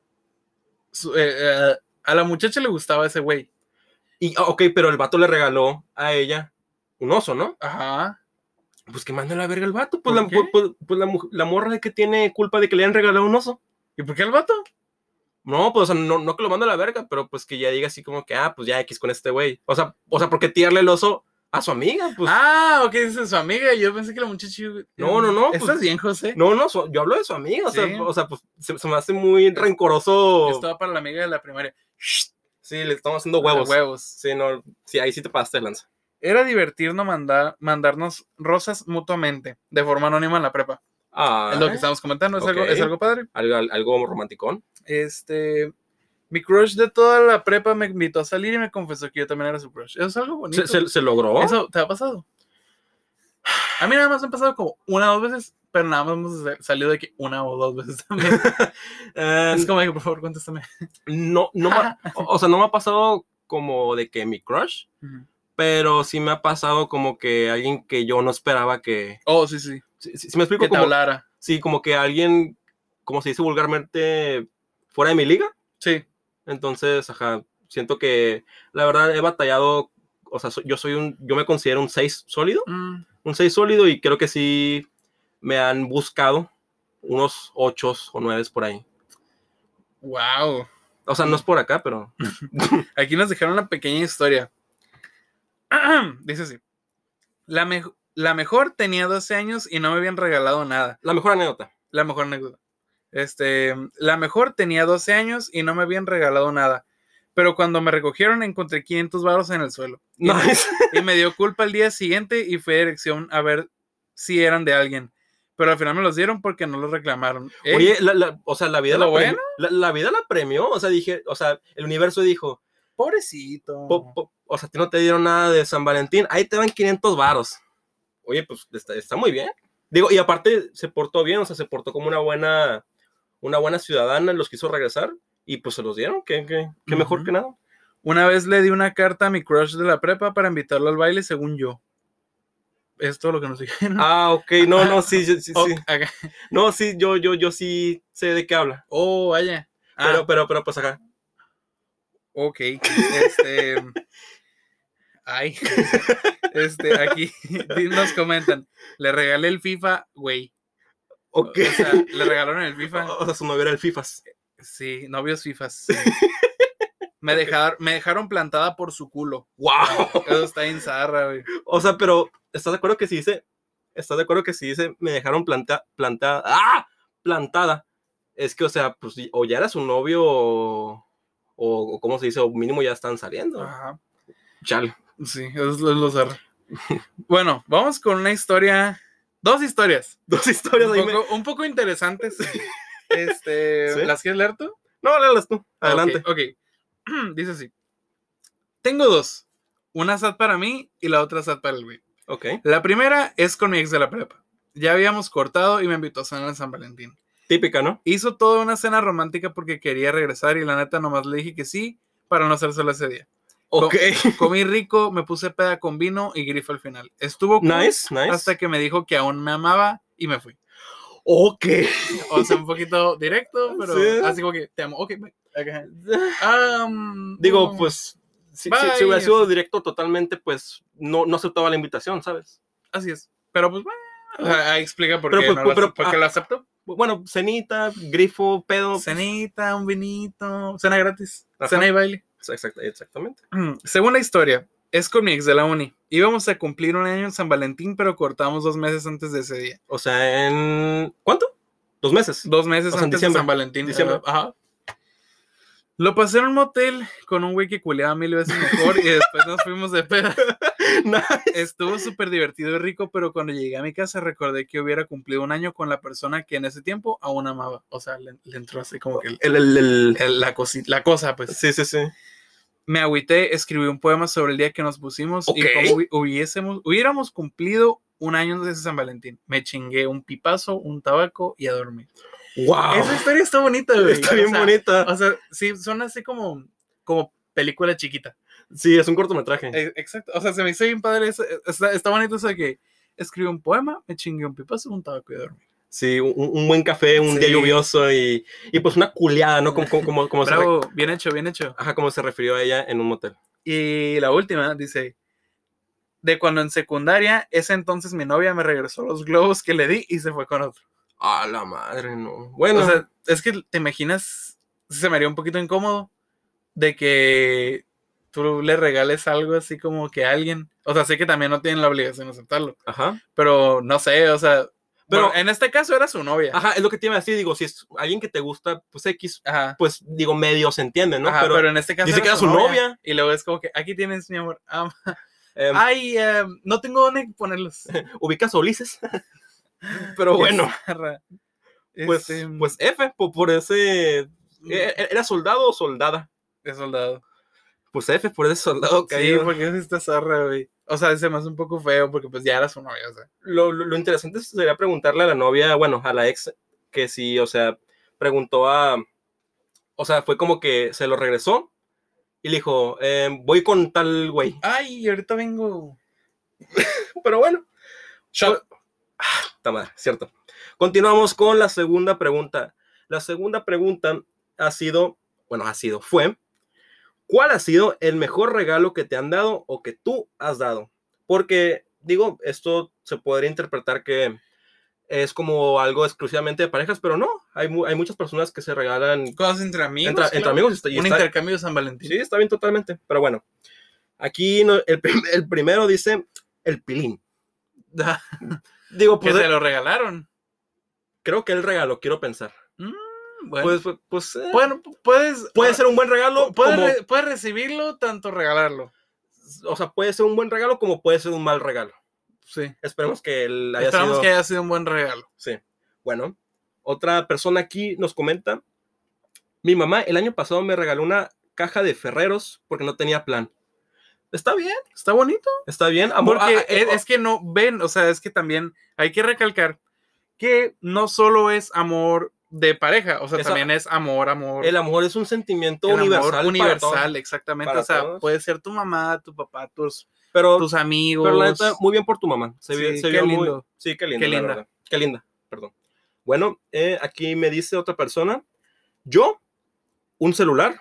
su- eh, eh, a la muchacha le gustaba ese güey.
Y, ah, ok, pero el vato le regaló a ella un oso, ¿no?
Ajá.
Pues que manda a la verga al vato. Pues,
¿Por
la,
qué?
pues, pues la, mu- la morra de que tiene culpa de que le hayan regalado un oso.
¿Y por qué el vato?
No, pues o sea, no, no que lo manda a la verga, pero pues que ya diga así como que, ah, pues ya X con este güey. O sea, o sea, porque tirarle el oso a su amiga, pues.
ah, ok, dice su amiga. Yo pensé que la muchacha.
No, no, no,
¿Estás
pues-
bien, José?
No, no, su- yo hablo de su amiga, o,
Sí.
sea, o sea, pues se, se me hace muy rencoroso.
Esto va para la amiga de la primaria.
Sí, le estamos haciendo huevos.
Huevos.
Sí, no, sí, ahí sí te pasaste de lanza.
Era divertirnos mandar, mandarnos rosas mutuamente, de forma anónima en la prepa.
Ah,
es lo que estamos comentando, es, algo,
ok.
es algo padre.
algo, al- algo romanticón.
Este. Mi crush de toda la prepa me invitó a salir y me confesó que yo también era su crush. Eso es algo bonito.
Se, se- se logró.
¿Eso te ha pasado? A mí nada más me ha pasado como una o dos veces, pero nada más hemos sa- salido de que una o dos veces también.
Eh,
es como de que, por favor, contéstame.
no, no me ha- o o sea, no me ha pasado como de que mi crush, pero sí me ha pasado como que alguien que yo no esperaba que...
Oh, sí, sí.
Si, si- si me explico,
Que te
como,
hablara.
sí, como que alguien, como se dice vulgarmente, fuera de mi liga.
Sí.
Entonces, ajá, siento que la verdad he batallado, o sea, so- yo soy un, yo me considero un 6 sólido,
Mm,
un 6 sólido y creo que sí me han buscado unos 8 o 9 por ahí.
wow.
O sea, no es por acá, pero
Mm. Aquí nos dejaron una pequeña historia. Dice así. La, me- la mejor tenía 12 años y no me habían regalado nada.
la mejor anécdota.
La mejor anécdota. Este, la mejor tenía 12 años y no me habían regalado nada. Pero cuando me recogieron encontré 500 varos en el suelo. Y,
No, es-
y me dio culpa el día siguiente y fui a dirección a ver si eran de alguien. Pero al final me los dieron porque no los reclamaron. Ey,
Oye, la- la- o sea, la vida
¿es
la,
¿Eh? lo
premi-
bueno?
la, la vida la premió, o sea, dije, o sea, el universo dijo,
pobrecito.
po- po- o sea, a ti no te dieron nada de San Valentín, ahí te van 500 varos. Oye, pues está, está muy bien. Digo, y aparte se portó bien, o sea, se portó como una buena, una buena ciudadana, los quiso regresar y pues se los dieron, que, que, que mejor
Ujú.
que nada.
Una vez le di una carta a mi crush de la prepa para invitarlo al baile, según yo. Es todo lo que nos dijeron.
Ah, ok, no, no, sí, sí, sí,
Oh,
sí.
acá.
No, sí, yo, yo, yo sí sé de qué habla.
Oh, vaya. Ah,
Pero, pero, pero, pues acá.
ok. Este. Ay. Este, aquí nos comentan. Le regalé el FIFA, güey. O-
Ok.
O sea, le regalaron el FIFA.
O sea, su novio era el FIFAs.
Sí, novios FIFAs. Me dejaron, me dejaron plantada por su culo.
¡Wow!
Eso está en zarra, güey.
O sea, pero, ¿estás de acuerdo que si dice? ¿Estás de acuerdo que si dice me dejaron planta, plantada? ¡Ah! Plantada. Es que, o sea, pues, y- o ya era su novio o, o ¿cómo se dice? O mínimo ya están saliendo.
Ajá.
Chale.
Sí, eso es lo, lo zarra. Bueno, vamos con una historia. Dos historias.
Dos historias
Un
ahí. me-
poco, un poco interesantes. Este,
¿Sí?
¿Las quieres leer tú?
No, léelas tú. Adelante.
Ah, Ok, ok. Dice así. Tengo dos. Una sad para mí y la otra sad para el güey.
Ok.
La primera es con mi ex de la prepa. Ya habíamos cortado y me invitó a cenar en San Valentín.
Típica, ¿no?
Hizo toda una cena romántica porque quería regresar y la neta nomás le dije que sí para no hacer solo ese día.
Ok.
Comí rico, me puse peda con vino y grifo al final. Estuvo cool
Nice, nice.
hasta que me dijo que aún me amaba y me fui.
Ok.
O sea, un poquito directo, pero
Sí.
así como que te amo. Ok, bye. Ajá. Ah, mm,
Digo,
mm.
pues, si, si-
Bye.
si hubiera sido directo totalmente, pues, no, no aceptaba la invitación, ¿sabes?
Así es. Pero pues, bueno, o sea, ahí explica por
Pero,
qué
pues,
no lo
pero,
acep- por qué
ah,
lo aceptó.
Bueno, cenita, grifo, pedo.
Cenita, un vinito, cena gratis,
Ajá.
cena y baile.
Exact- exactamente.
Mm, Segunda historia, es con mi ex de la uni. Íbamos a cumplir un año en San Valentín, pero cortamos dos meses antes de ese día.
O sea, en. ¿Cuánto? ¿Dos meses?
Dos meses
O sea, en
antes de
diciembre.
San Valentín.
Diciembre.
ajá. Lo pasé en un motel con un güey que culeaba mil veces mejor y después nos fuimos de peda. Estuvo súper divertido y rico, pero cuando llegué a mi casa recordé que hubiera cumplido un año con la persona que en ese tiempo aún amaba. O sea, le, le entró así como que el-
El, el, el-
el- la, cosi- la cosa, pues.
Sí, sí, sí.
Me agüité, escribí un poema sobre el día que nos pusimos
Ok.
y cómo hubi- hubiésemos, hubiéramos cumplido un año desde San Valentín. Me chingué un pipazo, un tabaco y a dormir.
¡Wow!
Esa historia Ah. está bonita, güey.
Está
O
bien
sea,
bonita.
O sea, sí, son así como, como película chiquita.
Sí, es un cortometraje.
Eh, Exacto. O sea, se me hizo bien padre eso. eh, Está, está bonito eso de que escribí un poema, me chingué un pipazo, un tabaco y a dormir.
Sí, un, un buen café, un día
Sí.
lluvioso y, y pues una culeada, ¿no? Como, como, como, como se, re-
Bravo, bien hecho, bien hecho.
ajá, como se refirió a ella en un motel.
Y la última dice, de cuando en secundaria, ese entonces mi novia me regresó los globos que le di y se fue con otro.
A la madre, no. Bueno,
O sea, es que te imaginas, se me haría un poquito incómodo de que tú le regales algo así como que a alguien. O sea, sé que también no tienen la obligación de aceptarlo,
ajá.
pero no sé, o sea, pero
Pero-
en este caso era su novia. Ajá,
Ajá, es lo que te iba a decir. Digo, si es alguien que te gusta, pues X,
ajá,
pues digo, medio se entiende, ¿no?
pero,
pero,
en este caso
dice que era su novia.
Y luego es como que, aquí tienes mi amor. Am-
em,
Ay, em, no tengo dónde ponerlos.
ubicas a Ulises. pero bueno,
Arra.
pues,
Este,
pues F, po- por ese
mm,
Eh, eh, ¿Era soldado o soldada?
de soldado.
Pues F por ese soldado
Sí,
caído.
porque es esta zorra, güey. O sea, se me hace un poco feo porque pues ya era su novia, o sea.
Lo, lo- lo interesante sería preguntarle a la novia, bueno, a la ex, que si, o sea, preguntó a. O sea, fue como que se lo regresó Y le dijo, eh, voy con tal güey.
Ay, ahorita vengo.
Pero bueno,
Shot.
está mal, cierto. Continuamos con la segunda pregunta. La segunda pregunta ha sido, bueno, ha sido, fue, ¿cuál ha sido el mejor regalo que te han dado o que tú has dado? Porque, digo, esto se podría interpretar que es como algo exclusivamente de parejas, pero no, hay, mu- hay muchas personas que se regalan
Cosas entre amigos.
entre, entre
claro.
amigos. y está- y
Un
está-
intercambio de San Valentín.
Sí, está bien totalmente. Pero bueno, aquí no- el, prim- el primero dice el pilín. Digo,
que
pues
te lo regalaron.
creo que el regalo, quiero pensar.
eh, Bueno,
Pues, pues, pues, eh,
bueno, puedes.
puede ser un buen regalo.
Puedes,
como-
re- puedes recibirlo, tanto regalarlo.
o sea, puede ser un buen regalo como puede ser un mal regalo.
Sí.
Esperemos que el haya
Esperamos
sido-
que haya sido un buen regalo.
Sí. Bueno, otra persona aquí nos comenta. Mi mamá el año pasado me regaló una caja de ferreros porque no tenía plan. Está bien,
Está bonito.
está bien. Amor,
Porque
ah, ah,
es,
eh,
es que no ven, o sea, es que también hay que recalcar que no solo es amor de pareja, o sea,
Esa-
también es amor, amor.
el amor es un sentimiento
el amor
universal. para todos.
universal, exactamente.
para
O sea,
todos.
puede ser tu mamá, tu papá, tus,
Pero,
tus amigos.
pero la neta, muy bien por tu mamá. Se, vi-
Sí,
se
qué
vio muy-
lindo.
Sí, qué linda.
Qué
la
linda.
verdad. Qué linda, perdón. Bueno, eh, aquí me dice otra persona. Yo, un celular.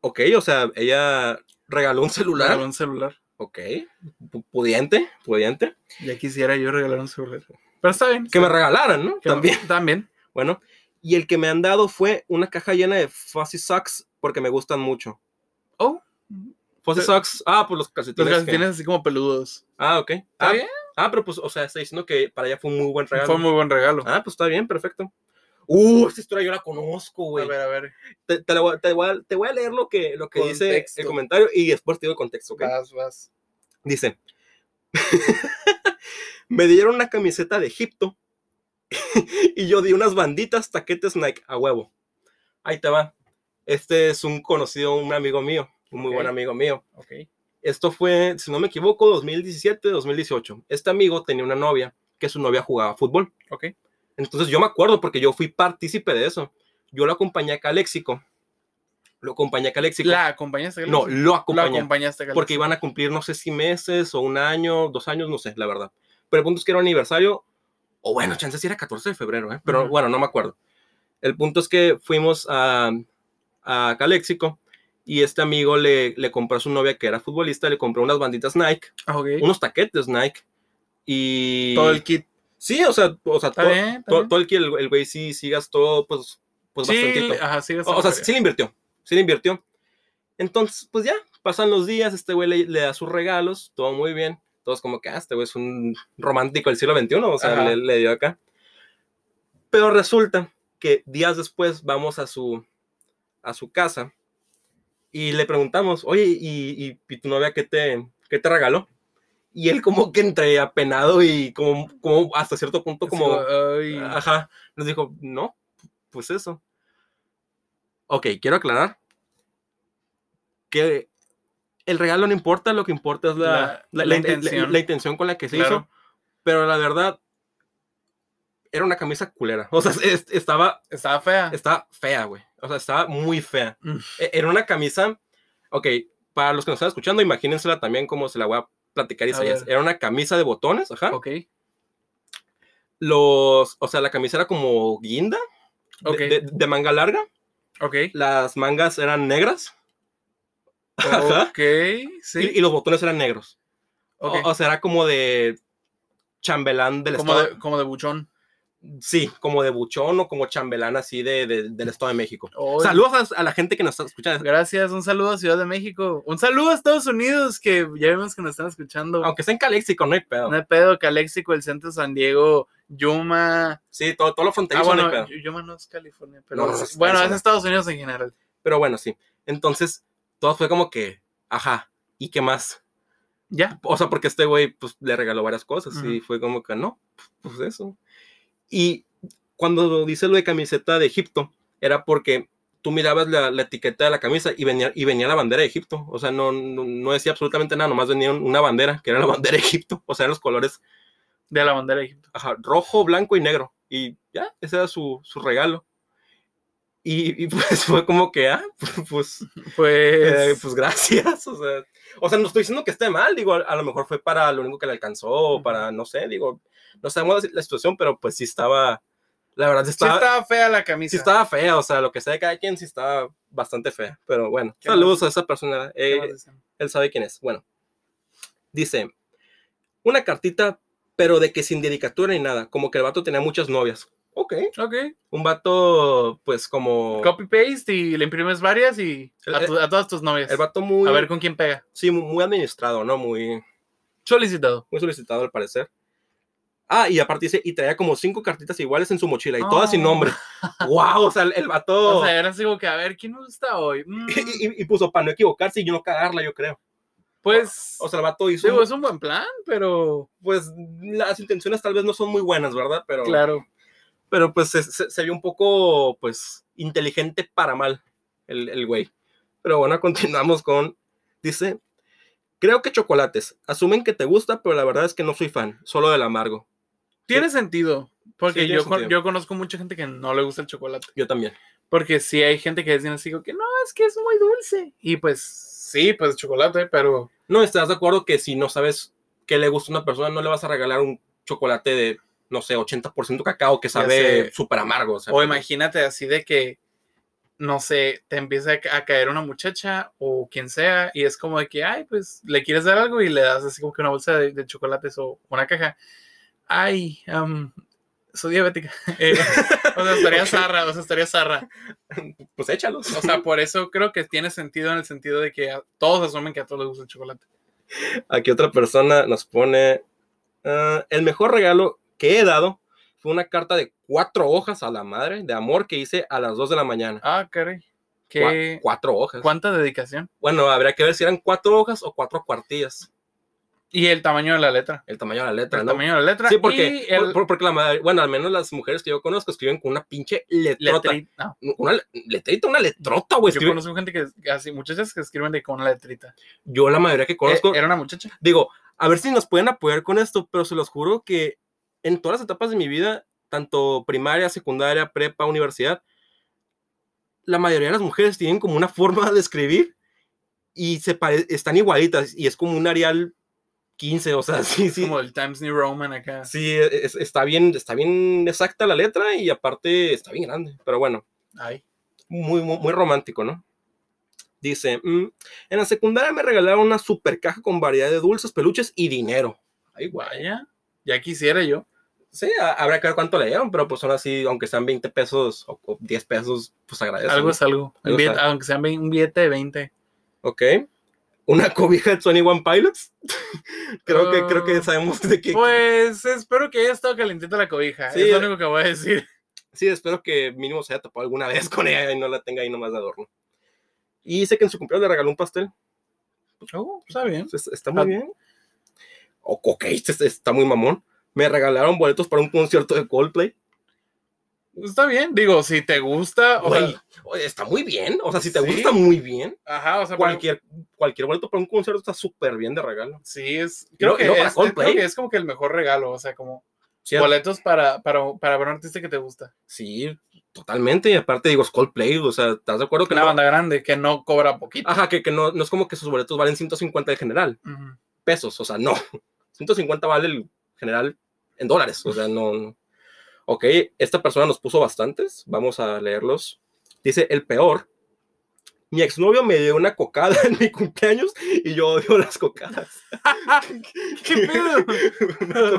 Ok, o sea, ella regaló un celular.
Regalar un celular.
Ok, pu- pudiente, pudiente.
Ya quisiera yo regalar un celular. Pero está bien.
Que me regalaran, ¿no?
que-
También.
También.
Bueno, y el que me han dado fue una caja llena de Fuzzy Socks porque me gustan mucho.
Oh,
Fuzzy
Pero-
Socks, ah, pues los
los
calcetines. que-
calcetines así como peludos.
Ah, ok.
Está
Ah,
bien.
ah, pero pues, o sea, está diciendo que para ella fue un muy buen regalo.
Fue muy buen regalo.
Ah, pues está bien, perfecto. Uh, esta historia yo la conozco,
a
güey.
ver, a ver.
Te, te la voy a- te voy a, te voy a leer lo que, lo que dice el
Contexto.
comentario y después te digo el contexto, ¿ok?
Vas, vas.
Dice, me dieron una camiseta de Egipto y yo di unas banditas taquetes Nike a huevo. Ahí te va. Este es un conocido, un amigo mío, un muy buen
Ok.
amigo mío.
Ok.
Esto fue, si no me equivoco, 2017, 2018. Este amigo tenía una novia que su novia jugaba fútbol.
Ok.
Entonces yo me acuerdo porque yo fui partícipe de eso. Yo lo acompañé acá a Léxico. Lo acompañé acá a Léxico.
¿La acompañaste?
No,
Galaxy?
lo
la
acompañé.
acompañaste. Galaxy?
Porque iban a cumplir no sé si meses o un año, dos años, no sé, la verdad. Pero el punto es que era un aniversario, o bueno, chances si era 14 de febrero, ¿eh? pero
Ujú.
bueno, no me acuerdo. El punto es que fuimos a, a Caléxico y este amigo le, le compró a su novia que era futbolista, le compró unas banditas Nike,
Ah, ok.
unos taquetes Nike y...
Todo el kit.
Sí, o sea, o sea
Está
todo-
bien. está
todo,
bien.
todo el que el el güey sí, sí gastó, pues, pues
sí,
bastantito.
ajá, sí,
O, o sea,
sí,
sí le invirtió, sí le invirtió. Entonces, pues ya, pasan los días, este güey le, le da sus regalos, todo muy bien. Todos como que, ah, este güey es un romántico del siglo XXI, o sea,
Ajá.
le, le dio acá. Pero resulta que días después vamos a su, a su casa y le preguntamos, oye, ¿y, y, y tu novia qué te, qué te regaló? Y él como que entre apenado y como, como hasta cierto punto como... Ah.
Ay,
Ajá. Nos dijo, no, pues eso. Ok, quiero aclarar que el regalo no importa, lo que importa es la,
La-
la-
la
la in- la-
intención.
la intención con la que se hizo.
claro.
Pero la verdad, era una camisa culera. O sea, es- estaba,
Estaba fea.
estaba fea, güey. O sea, estaba muy fea.
Mm.
E- Era una camisa, ok, para los que nos están escuchando, imagínensela también como se la voy a platicar.
A
Isaías.
ver.
Era una camisa de botones, ajá.
Ok.
Los, o sea, la camisa era como guinda de-
Ok.
de, de manga larga.
Ok.
Las mangas eran negras Ajá.
Ok.
y-
Sí.
y, los botones eran negros. O-
ok.
O, sea, era como de chambelán del
como,
estado.
de, como de buchón.
Sí, como de buchón o como chambelán así de, de- del estado de México.
Ay,
Saludos a, a la gente que nos está escuchando.
Gracias. Un saludo a Ciudad de México. Un saludo a Estados Unidos, que ya vemos que nos están escuchando.
Aunque sea en Caléxico, no hay pedo.
No hay pedo, Caléxico, el centro de San Diego, Yuma.
Sí, todo, todo lo
Ah,
fronterizo no
bueno,
hay pedo.
Yu- Yuma no es California, pero
No, no, no, es
bueno, es
Arizona.
Estados Unidos en general.
Pero bueno, sí. Entonces, todo fue como que, ajá, ¿y qué más?
Ya.
o sea, porque este güey pues, le regaló varias cosas y
Ujú.
fue como que no, pues eso. Y cuando dice lo de camiseta de Egipto, era porque tú mirabas la, la etiqueta de la camisa y venía, y venía la bandera de Egipto. O sea, no, no, no decía absolutamente nada, nomás venía un- una bandera, que era la bandera de Egipto. O sea, eran los colores
De la bandera de Egipto.
ajá, rojo, blanco y negro. Y ya, ese era su, su regalo. Y, y pues fue como que, ah, pues, eh,
Pues,
pues gracias. O sea, o sea, no estoy diciendo que esté mal, digo, a, a lo mejor fue para lo único que le alcanzó, o para, no sé, digo, no sabemos la, la situación, pero pues sí estaba, la verdad,
sí
sí estaba,
estaba fea la camisa.
sí estaba fea, o sea, lo que sea de cada quien sí estaba bastante fea, pero bueno,
¿Qué
saludos a esa persona.
¿Qué
eh,
más dicen?
él sabe quién es. Bueno, dice, una cartita, pero de que sin dedicatura ni nada, como que el vato tenía muchas novias. Ok.
Ok,
Un vato, pues como...
copy paste y le imprimes varias y a, tu- a todas tus novias.
El vato muy...
A ver con quién pega.
Sí, mu- muy administrado, ¿no? Muy,
Solicitado.
muy solicitado al parecer. Ah, y aparte dice, y traía como cinco cartitas iguales en su mochila y todas sin
Oh.
nombre. ¡Wow! O sea, el, el vato...
O sea, era así como que a ver quién nos gusta hoy. Mm,
Oh. y, y- y puso para no equivocarse y yo no cagarla, yo creo.
pues,
O sea, el vato hizo...
digo, es un buen plan, pero
Pues las intenciones tal vez no son muy buenas, ¿verdad? Pero...
claro.
pero pues se, se- se vio un poco, pues, inteligente para mal el, el güey. Pero bueno, continuamos con, dice, creo que chocolates, asumen que te gusta, pero la verdad es que no soy fan, solo del amargo.
Tiene sentido, porque
tiene
yo, con-
sentido.
yo conozco mucha gente que no le gusta el chocolate.
Yo también.
Porque sí hay gente que dice así como que no, es que es muy dulce. Y pues sí, pues chocolate, pero
No, ¿estás de acuerdo que si no sabes qué le gusta a una persona, no le vas a regalar un chocolate de, no sé, 80% cacao que sabe
sé.
súper amargo? O, sea,
O imagínate así de que, no sé, te empieza a ca- a caer una muchacha o quien sea y es como de que, ay, pues le quieres dar algo y le das así como que una bolsa de, de chocolates o una caja. Ay, am, soy diabética. Eh, o sea, estaría
Ok.
zarra, o sea, estaría zarra.
Pues échalos.
O sea, por eso creo que tiene sentido en el sentido de que a- todos asumen que a todos les gusta el chocolate.
Aquí otra persona nos pone, ah, el mejor regalo que he dado fue una carta de cuatro hojas a la madre de amor que hice a las 2 de la mañana.
Ah, caray.
Cua-
¿Qué,
cuatro hojas.
¿Cuánta dedicación?
Bueno, habría que ver si eran cuatro hojas o cuatro cuartillas.
Y el tamaño de la letra.
El tamaño de la letra,
El
Ah, ¿no?
tamaño de la letra.
Sí,
y
porque,
el
por- por- porque la madre, bueno, al menos las mujeres que yo conozco escriben con una pinche letrota.
letri- ah.
Una le- letrita, una letrota, güey.
Yo
escriben-
conozco gente que que así, muchachas que escriben de con la letrita.
Yo la mayoría que conozco,
Eh, era una muchacha.
digo, a ver si nos pueden apoyar con esto, pero se los juro que en todas las etapas de mi vida, tanto primaria, secundaria, prepa, universidad, la mayoría de las mujeres tienen como una forma de escribir y se pare- están igualitas y es como un Arial 15, o sea, sí, sí.
Como el Times New Roman acá.
Sí, es- está bien, está bien exacta la letra y aparte está bien grande, pero bueno
Ay.
muy, muy, muy romántico, ¿no? Dice, "Mm, en la secundaria me regalaron una super caja con variedad de dulces, peluches y dinero. Ay, guay.
Vaya. Ya quisiera yo.
Sí, a- habrá que ver cuánto le dieron, pero pues son así, aunque sean 20 pesos o, o 10 pesos, pues agradezco.
algo es algo. Un
Algo
billete-
está-
aunque sea vein- un billete de 20.
Ok. Una cobija de Sony One Pilots. creo, que, creo que
Ah.
sabemos de qué.
Pues espero que haya estado calentita la cobija.
Sí,
es lo
eh.
único que voy a decir.
Sí, espero que mínimo se haya tapado alguna vez con ella y no la tenga ahí nomás de adorno. Y dice que en su cumpleaños le regaló un pastel.
Oh, está bien.
Pues, Está muy
Ah.
bien. O ok, este- este está muy mamón. Me regalaron boletos para un concierto de Coldplay.
Está bien. Digo, si te gusta. O sea,
Güey, oye, está muy bien. O sea, si te
Sí.
gusta muy bien.
ajá, o sea, pero-
Cualquier, cualquier boleto para un concierto está súper bien de regalo.
Sí, es.
Y luego-
Creo,
y
que
luego para
es creo
Coldplay.
que es como que el mejor regalo. O sea, como
Sí,
boletos para, para, para ver un artista que te gusta.
sí, totalmente. Y aparte digo, es Coldplay. O sea, ¿estás de acuerdo que
Una
no?
banda grande que no cobra poquito.
Ajá, que, que no, no es como que sus boletos valen 150 de general.
Ujú.
pesos, o sea, no. 150 vale el general en dólares, o sea, no, no. Ok, esta persona nos puso bastantes, vamos a leerlos. Dice, el peor, mi exnovio me dio una cocada en mi cumpleaños y yo odio las cocadas.
¿Qué pedo?
una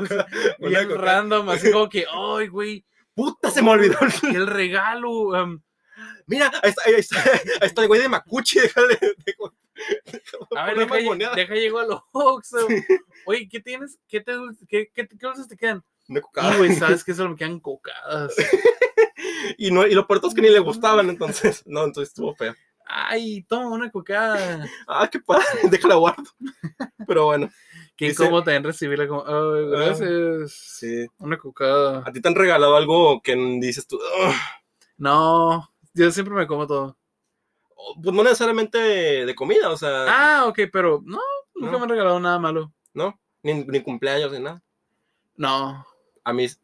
coca- una
Bien
coca-
random, así como que, ay, güey,
Puta, se me olvidó.
el regalo. em,
Mira, ahí está, ahí está, ahí está el güey de Macuchi, déjale. déjalo- déjalo
a ver,
poner
deja,
más
lle-
moneda.
deja llego a los Oxxo. Oye, ¿qué tienes? ¿Qué, te, dul- qué, qué, qué dulces te quedan?
Una
Y,
cocada.
güey, sabes que solo me quedan cocadas.
Y, no, y lo peor es que ni le gustaban, entonces, no, entonces estuvo feo.
Ay, toma una cocada.
Ah, qué padre, déjala guardo. Pero bueno,
Qué
Dice-
incómodo también recibirla como, ay,
Ah,
gracias.
sí.
Una cocada.
¿A ti te han regalado algo que dices tú? "Ugh"?
No, yo siempre me como todo.
O, Pues no necesariamente de comida, o sea,
Ah, ok, pero no, nunca
No.
me han regalado nada malo.
¿no? Ni, ni cumpleaños ni nada.
No.
A mí es-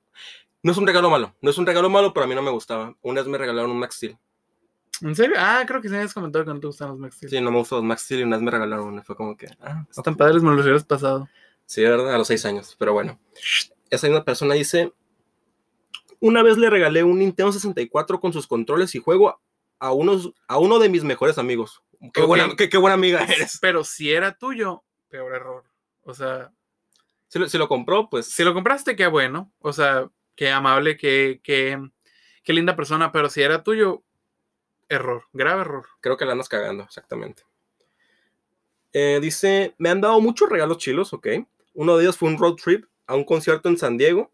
no es un regalo malo, no es un regalo malo, pero a mí no me gustaba. Una vez me regalaron un Max Steel.
¿En serio? Ah, creo que sí me habías comentado que no te gustan los Max Steel.
Sí, no me gustan los Max Steel y una vez me regalaron uno. Fue como que. Ah, ok.
Están padres, me los hubieras pasado.
Sí, ¿verdad? A los seis años. Pero bueno. Esa misma persona dice: Una vez le regalé un Nintendo 64 con sus controles y juego a, unos, a uno de mis mejores amigos. Qué,
Ok.
buena, qué, qué buena amiga eres.
Pero si era tuyo, peor error. O sea,
Si lo, si lo compró, pues.
si lo compraste, qué bueno. O sea, qué amable, qué, qué, qué linda persona. Pero si era tuyo, error, grave error.
Creo que la andas cagando, exactamente. Eh, dice, me han dado muchos regalos chilos, ok. Uno de ellos fue un road trip a un concierto en San Diego.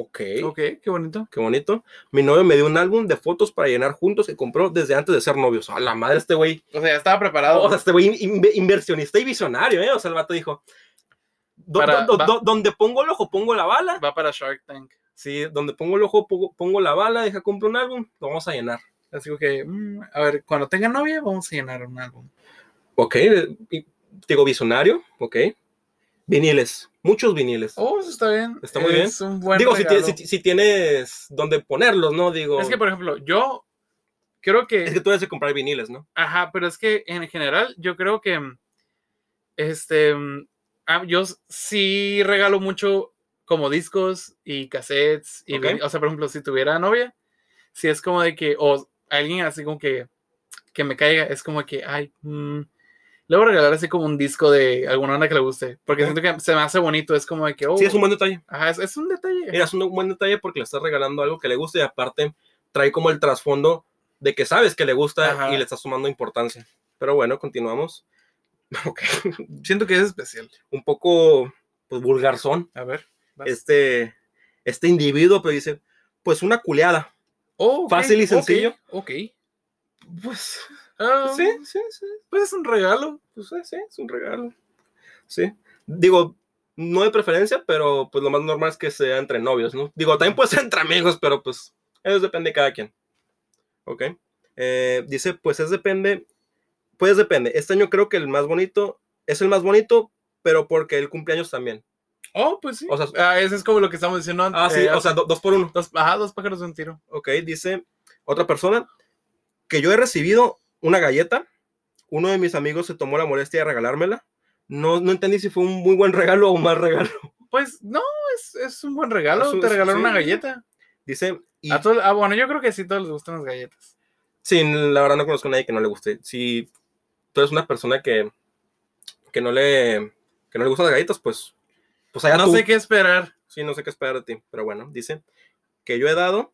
Ok,
Ok, qué bonito.
qué bonito. Mi novio me dio un álbum de fotos para llenar juntos que compró desde antes de ser novios. A la madre este güey.
O sea, ya estaba preparado.
O sea, este güey in- in- inversionista y visionario, ¿eh? O sea, el vato dijo, "Do-
Para-
do- do-
va-
do- donde pongo el ojo, pongo la bala.
Va para Shark Tank.
Sí, donde pongo el ojo, pongo, pongo la bala, deja compro un álbum, lo vamos a llenar.
Así que, mm, a ver, cuando tenga novia, vamos a llenar un álbum.
Ok, eh, y- digo visionario, ok. Viniles, muchos viniles.
Oh, eso está bien.
Está muy bien.
Es un buen
digo, si, ti-
regalo.
si ti- si tienes donde ponerlos, ¿no? Digo,
Es que, por ejemplo, yo creo que.
es que tú debes de comprar viniles, ¿no?
Ajá, pero es que en general yo creo que mm, este mm, ah, yo s- sí regalo mucho como discos y cassettes y
Ok.
vini- o sea, por ejemplo, si tuviera novia, si es como de que o alguien así como que que me caiga, es como que ay, mm, le voy a regalar así como un disco de alguna banda que le guste, porque
Ok.
siento que se me hace bonito, es como de que oh,
Sí, es un buen detalle.
ajá, es, es un detalle.
Mira, es un buen detalle porque le estás regalando algo que le gusta y aparte trae como el trasfondo de que sabes que le gusta
Ajá.
y le estás sumando importancia. Pero bueno, continuamos. Ok,
Siento que es especial.
un poco pues, vulgarzón
A ver. vas.
este, este individuo, pero dice, pues una culeada.
Oh, ok,
fácil y
ok,
sencillo.
Ok.
Pues
Ah,
sí, sí, sí.
Pues es un regalo.
Pues eh, sí, es un regalo. Sí. Digo, no de preferencia, pero pues lo más normal es que sea entre novios, ¿no? Digo, también puede ser entre amigos, pero pues eso depende de cada quien. Ok. Eh, dice, pues es depende. Pues depende. Este año creo que el más bonito es el más bonito, pero porque el cumpleaños también.
Oh, pues sí.
O sea,
Ah, eso es como lo que estamos diciendo antes.
ah, sí,
eh,
o sea, do- dos por uno.
dos, ajá, dos pájaros de un tiro.
Ok, dice otra persona que yo he recibido una galleta. Uno de mis amigos se tomó la molestia de regalármela. No, no entendí si fue un muy buen regalo o un mal regalo.
Pues no, es, es un buen regalo.
Es un-
Te
es-
regalaron
sí.
una galleta.
Dice, y
A todo- ah, bueno, yo creo que sí, todos les gustan las galletas.
sí, la verdad no conozco a nadie que no le guste. Si tú eres una persona que, que no le que no le gustan las galletas, pues, pues allá
no
tú.
sé qué esperar.
Sí, no sé qué esperar de ti. Pero bueno, dice que yo he dado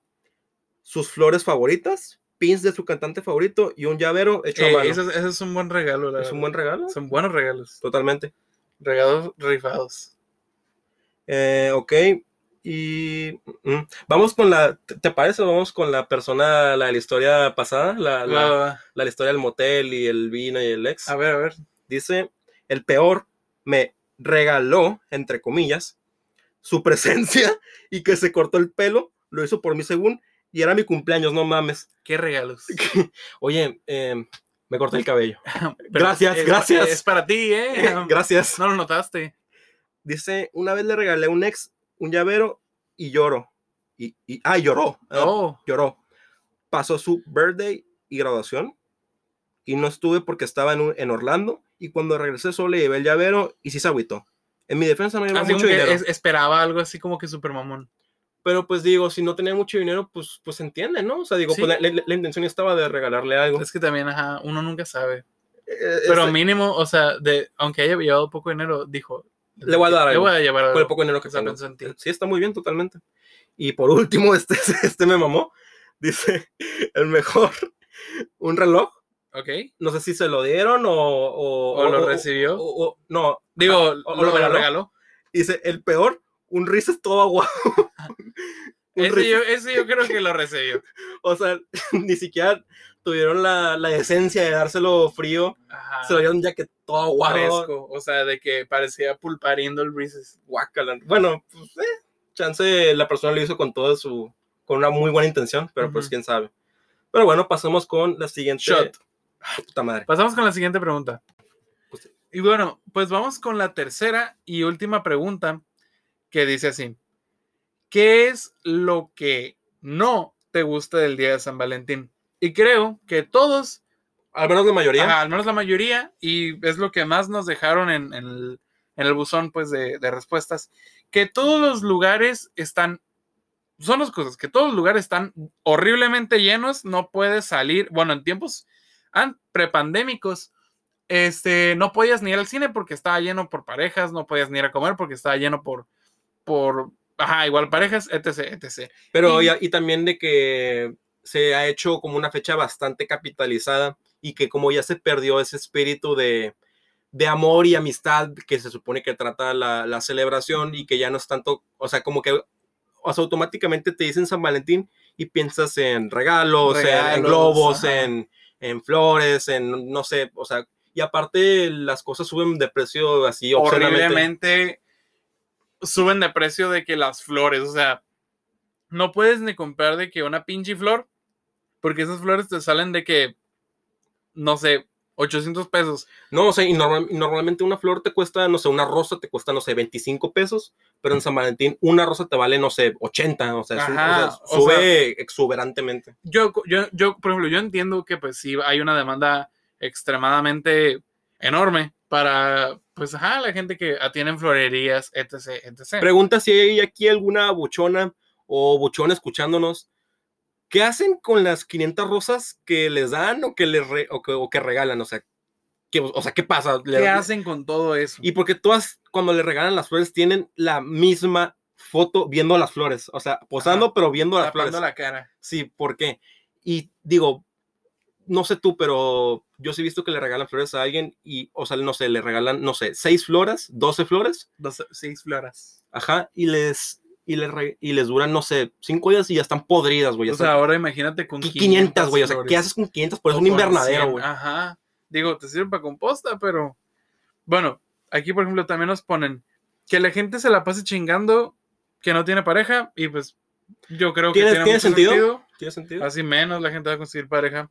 sus flores favoritas, pins de su cantante favorito y un llavero hecho a
Eh,
mano.
eso, es- eso es un buen regalo, la
¿Es
verdad.
un buen regalo?
Son buenos regalos.
Totalmente.
Regalos rifados.
Eh, ok. Y mm, vamos con la. ¿te- ¿Te parece? Vamos con la persona, la de la historia pasada, la, la-
Va, va, va.
la de la historia del motel y el vino y el ex.
A ver, a ver.
Dice: El peor me regaló, entre comillas, su presencia y que se cortó el pelo. Lo hizo por mí, según. Y era mi cumpleaños, no mames.
¿Qué regalos?
Oye, em, me corté el cabello.
Pero
Gracias,
es-
gracias.
Es para ti, ¿eh?
Gracias.
No lo notaste.
Dice: Una vez le regalé a un ex un llavero y lloro. Y, y- ah, lloró. Ah,
Oh,
lloró. Pasó su birthday y graduación y no estuve porque estaba en, un- en Orlando y cuando regresé solo le llevé el llavero y sí se agüitó. En mi defensa no llevaba
así como
mucho
que
dinero.
es- esperaba algo así como que super mamón.
Pero pues digo, si no tenía mucho dinero, pues, pues se entiende, ¿no? O sea, digo,
Sí.
pues, la, la- la intención estaba de regalarle algo.
Es que también, ajá, uno nunca sabe.
Eh,
Pero
ese-
mínimo, o sea, de, aunque haya llevado poco dinero, dijo.
Le voy a dar
Le
algo,
voy a llevar
con el
algo.
poco dinero que
O sea,
tengo.
pensó en ti.
Sí, está muy bien, totalmente. Y por último, este, este me mamó. Dice, el mejor, un reloj.
Ok.
No sé si se lo dieron o...
O,
O,
lo
o-
recibió.
o- o- no,
Digo,
o
lo,
lo
lo
regaló.
regaló.
Dice, el peor, un Reese es todo aguado. Un
Ese
Reese's-
yo, ese yo creo que lo recibió.
O sea, ni siquiera tuvieron la, la decencia de dárselo frío.
Ajá.
Se lo dieron ya que todo aguado.
Fresco. O sea, de que parecía pulpariendo el Reese's.
Guácala. Bueno, pues, eh, chance la persona lo hizo con todo su... con una muy buena intención, pero pues
Ujú.
quién sabe. Pero bueno, pasamos con la siguiente...
Shot.
Ah, puta madre.
Pasamos con la siguiente pregunta.
Pues-
Y bueno, pues vamos con la tercera y última pregunta que dice así. ¿Qué es lo que no te gusta del día de San Valentín? Y creo que todos,
Al menos la mayoría.
ajá, al menos la mayoría, y es lo que más nos dejaron en, en el, en el buzón pues, de, de respuestas, que todos los lugares están, son las cosas, que todos los lugares están horriblemente llenos, no puedes salir, bueno, en tiempos an- prepandémicos, este, no podías ni ir al cine porque estaba lleno por parejas, no podías ni ir a comer porque estaba lleno por, por, ajá, igual parejas, etc, etc.
Pero
Y-
y, y también de que se ha hecho como una fecha bastante capitalizada y que como ya se perdió ese espíritu de, de amor y amistad que se supone que trata la, la celebración y que ya no es tanto, o sea, como que o sea, automáticamente te dicen San Valentín y piensas en regalos, en- en,
Regalos,
globos,
ajá.
en, en flores, en no sé, o sea, y aparte las cosas suben de precio así obscenamente.
horriblemente suben de precio de que las flores, o sea, no puedes ni comprar de que una pinche flor, porque esas flores te salen de que, no sé, 800 pesos.
No, o sea, y normal- y normalmente una flor te cuesta, no sé, una rosa te cuesta, no sé, 25 pesos, pero en San Valentín una rosa te vale, no sé, 80, o sea, es un- o sea,
Ajá, o
sube
sea-
exuberantemente.
Yo, yo, yo, por ejemplo, yo entiendo que pues sí hay una demanda extremadamente enorme para, pues, ajá, la gente que atienden florerías, etc., etc.
Pregunta si hay aquí alguna buchona o buchón escuchándonos. ¿Qué hacen con las 500 rosas que les dan o que les re- o que, o que regalan? O sea, ¿qué, o sea, ¿qué pasa? Le-
¿Qué hacen con todo eso?
Y porque todas, cuando le regalan las flores, tienen la misma foto viendo las flores. O sea, posando, pero viendo las flores.
tapando la cara.
Sí, ¿por qué? Y digo, no sé tú, pero yo sí he visto que le regalan flores a alguien y, o sea, no sé, le regalan, no sé, seis flores, doce flores,
Dos, seis floras.
ajá, y les, y les, re- y les duran, no sé, cinco días y ya están podridas, güey. ya
O sea,
están-
ahora imagínate con
qui- 500, güey, o sea, ¿qué
flores.
haces con 500? Por eso
O
Pues un
con
invernadero,
100,
güey.
Ajá. Digo, te sirve para composta, pero. Bueno, aquí, por ejemplo, también nos ponen que la gente se la pase chingando que no tiene pareja y pues yo creo que
¿Tiene-
tiene,
tiene
mucho
sentido?
sentido.
¿Tiene sentido?
Así menos la gente va a conseguir pareja.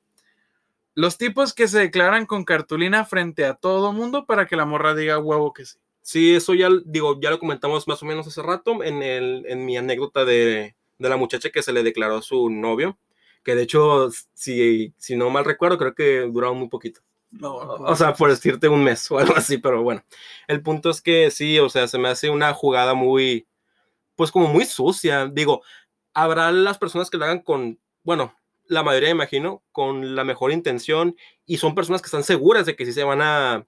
Los tipos que se declaran con cartulina frente a todo mundo para que la morra diga huevo que sí.
Sí, eso ya, digo, ya lo comentamos más o menos hace rato en, el, en mi anécdota de, de la muchacha que se le declaró a su novio, que de hecho, si, si no mal recuerdo, creo que duraba muy poquito.
No,
O o sea, por decirte un mes o algo así, pero bueno. El punto es que sí, o sea, se me hace una jugada muy, pues como muy sucia. Digo, habrá las personas que lo hagan con, bueno, la mayoría imagino, con la mejor intención y son personas que están seguras de que sí se van a,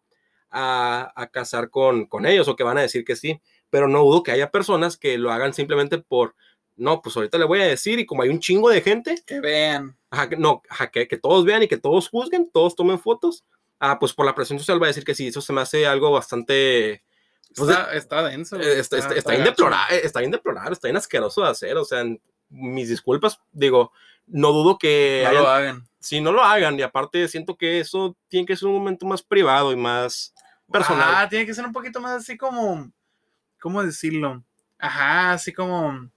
a, a casar con, con ellos o que van a decir que sí, pero no dudo que haya personas que lo hagan simplemente por, no, pues ahorita le voy a decir y como hay un chingo de gente,
que vean.
Ajá, que- no, ajá, que, que todos vean y que todos juzguen, todos tomen fotos. Ah, pues por la presión social va a decir que sí, eso se me hace algo bastante... eh, O sea,
Está, está denso. güey,
eh, Está, está- está bien
gacho.
deplora- eh, está bien deplorable, está bien asqueroso de hacer, o sea, en- mis disculpas, digo, no dudo que...
No
hayan-
lo hagan.
si no lo hagan, y aparte siento que eso tiene que ser un momento más privado y más personal.
Ah, tiene que ser un poquito más así como. ¿Cómo decirlo? Ajá, así como.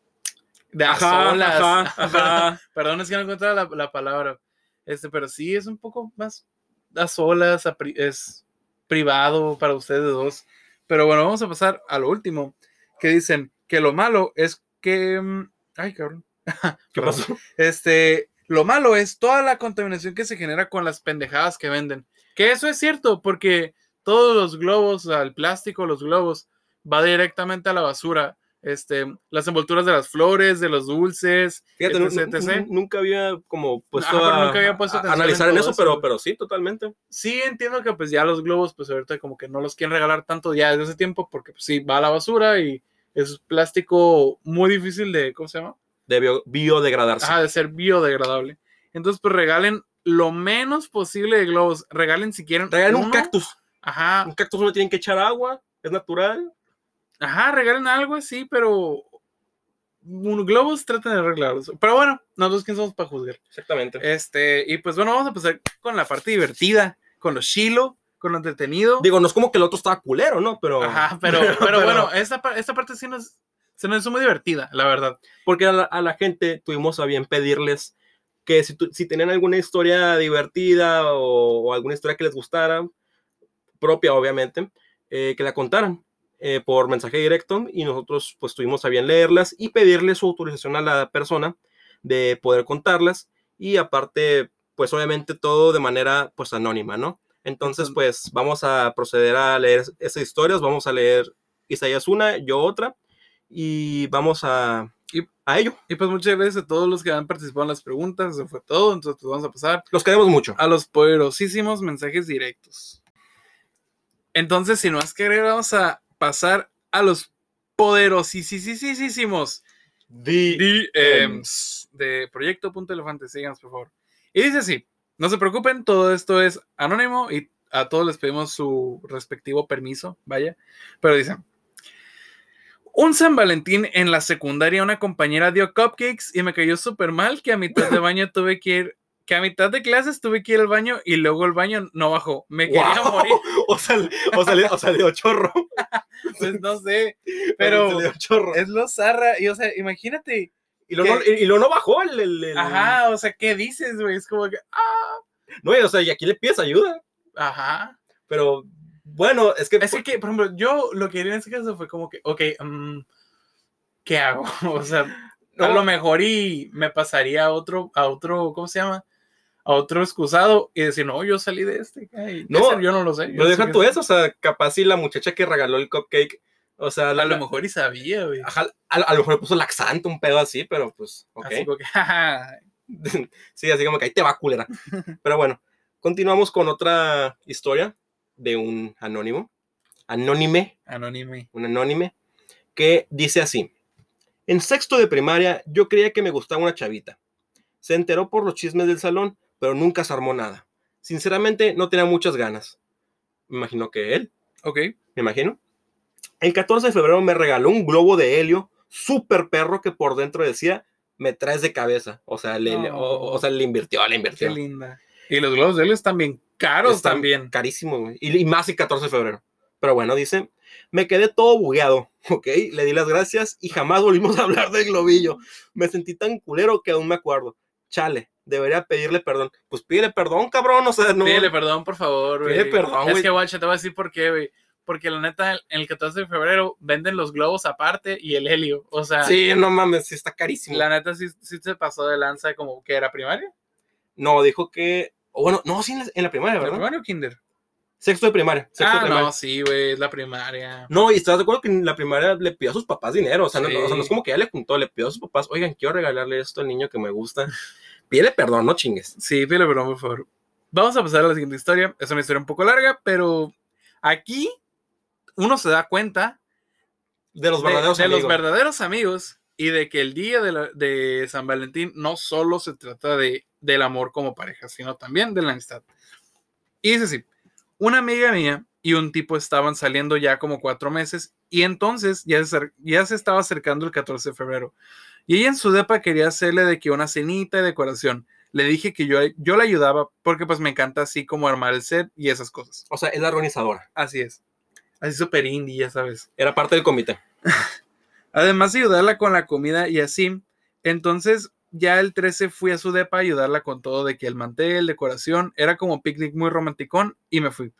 De a
Ajá,
solas.
ajá, ajá.
Perdón, es que no encontraba la, la palabra. Este, pero sí, es un poco más a solas, a pri- es privado para ustedes dos. Pero bueno, vamos a pasar a lo último. Que dicen que lo malo es que. mm, Ay, cabrón.
¿Qué
Perdón.
pasó?
Este, lo malo es toda la contaminación que se genera con las pendejadas que venden. Que eso es cierto, porque todos los globos, o sea, el plástico, los globos, va directamente a la basura. Este, las envolturas de las flores, de los dulces,
Fíjate, nu-
etc,
nu-
etc.
nunca había como puesto
eh? pero
a,
nunca había puesto
a- a
atención en
analizar en,
todo
eso,
eso,
pero,
güey.
pero sí, totalmente.
Sí, entiendo que pues ya los globos, pues ahorita como que no los quieren regalar tanto ya desde hace tiempo, porque pues sí, va a la basura y es plástico muy difícil de, ¿cómo se llama?
Debió biodegradarse.
Ajá, de ser biodegradable. Entonces, pues regalen lo menos posible de globos. Regalen si quieren.
Regalen un
uno.
cactus.
Ajá,
Un cactus no le tienen que echar agua, es natural.
ajá, regalen algo así, pero. un- globos traten de arreglarlos. Pero bueno, nosotros quién somos para juzgar.
Exactamente.
Este, y pues bueno, vamos a empezar con la parte divertida, con lo chilo, con lo entretenido.
Digo, no es como que el otro estaba culero, ¿no? Pero.
ajá, pero, pero, bueno, esta, par- esta parte sí nos, se nos hizo muy divertida, la verdad.
Porque a la, a la gente tuvimos a bien pedirles que si, tu- si tenían alguna historia divertida o, o alguna historia que les gustara, propia obviamente, eh, que la contaran eh, por mensaje directo y nosotros pues tuvimos a bien leerlas y pedirle su autorización a la persona de poder contarlas y aparte pues obviamente todo de manera pues anónima, ¿no? Entonces, pues vamos a proceder a leer esas historias, vamos a leer Isaías una, yo otra, y vamos a,
Y-
a ello.
Y pues muchas gracias a todos los que han participado en las preguntas, eso fue todo, entonces pues vamos a pasar
Los queremos mucho.
a los poderosísimos mensajes directos. Entonces, si no has querer, vamos a pasar a los poderosísimos
Em.
DMs em, de Proyecto Punto Elefante. Síganos, por favor. Y dice así: No se preocupen, todo esto es anónimo y a todos les pedimos su respectivo permiso, vaya. Pero dicen: Un San Valentín en la secundaria, una compañera dio cupcakes y me cayó súper mal que a mitad de baño tuve que ir. Que a mitad de clases tuve que ir al baño y luego el baño no bajó. Me quería
Guau.
morir.
o, sal- o sale- o salió chorro.
Entonces, pues, no sé. Pero
Salió chorro.
es lo zarra. Y o sea, imagínate.
Y luego no,
que-
y- y luego no bajó el, el- el-
Ajá, o sea, ¿qué dices, güey? Es como que, ah,
No, y, o sea, y aquí le pides ayuda.
ajá.
Pero bueno, es que.
Es que, que, por ejemplo, yo lo que haría en ese caso fue como que, ok, mm, ¿qué hago? O sea, a
No.
lo mejor y me pasaría a otro, a otro, ¿cómo se llama? A otro excusado y decir, no, yo salí de este. ay, de
No,
ese yo no lo sé. yo
No
sé
deja
qué
tú
es".
eso, o sea, capaz si la muchacha que regaló el cupcake, o sea, la-
A lo mejor y sabía, güey.
ajá, a, a lo mejor le puso laxante, un pedo así, pero pues, ok.
Así como que, jaja.
sí, así como que ahí te va, culera. Pero bueno, continuamos con otra historia de un anónimo, anónime,
Anónime.
un anónime, que dice así. En sexto de primaria yo creía que me gustaba una chavita. Se enteró por los chismes del salón, pero nunca se armó nada. Sinceramente no tenía muchas ganas. Me imagino que él,
Ok.
me imagino. El 14 de febrero me regaló un globo de helio super perro que por dentro decía me traes de cabeza. O sea, le, le- o- o,
No.
sea, le invirtió, le
Qué
invirtió.
linda. Y los globos de helio están bien caros
Están
también.
Carísimo, güey. Y, y más el 14 de febrero. Pero bueno, dice, me quedé todo bugueado, ¿ok? Le di las gracias y jamás volvimos a hablar del globillo. Me sentí tan culero que aún me acuerdo. Chale, debería pedirle perdón. Pues pídele perdón, cabrón, o sea, no.
Pídele perdón, por favor, güey.
Pídele perdón,
Es
güey.
que, guacha, te voy a decir por qué, güey. Porque la neta, el- el 14 de febrero venden los globos aparte y el helio. O sea,
Sí, no mames, sí está carísimo.
la neta sí, sí se pasó de lanza como que era primaria.
No, dijo que... o bueno, no, sí, en la, en la primaria,
¿La
¿verdad?
primaria o kinder?
Sexto de primaria. Sexto de
Ah,
primaria.
no, sí, güey, es la primaria.
No, y estás de acuerdo que en la primaria le pidió a sus papás dinero. O sea, no, no- o sea, no es
Sí.
como que ya le juntó, le pidió a sus papás, oigan, quiero regalarle esto al niño que me gusta. Pídele perdón, no chingues.
Sí, pídele perdón, por favor. Vamos a pasar a la siguiente historia. Es una historia un poco larga, pero aquí uno se da cuenta
De los
de-
verdaderos
de,
amigos.
los verdaderos amigos y de que el día de, la- de San Valentín no solo se trata de, del amor como pareja, sino también de la amistad. Y dice así, una amiga mía y un tipo estaban saliendo ya como cuatro meses y entonces ya se, acer- ya se estaba acercando el 14 de febrero. Y ella en su depa quería hacerle de que una cenita y decoración. Le dije que yo, yo la ayudaba porque pues me encanta así como armar el set y esas cosas.
o sea, es la organizadora.
Así es. Así súper indie, ya sabes.
Era parte del comité.
Además de ayudarla con la comida y así. Entonces, ya el 13 fui a su depa a ayudarla con todo de que el mantel, decoración, era como picnic muy romanticón y me fui.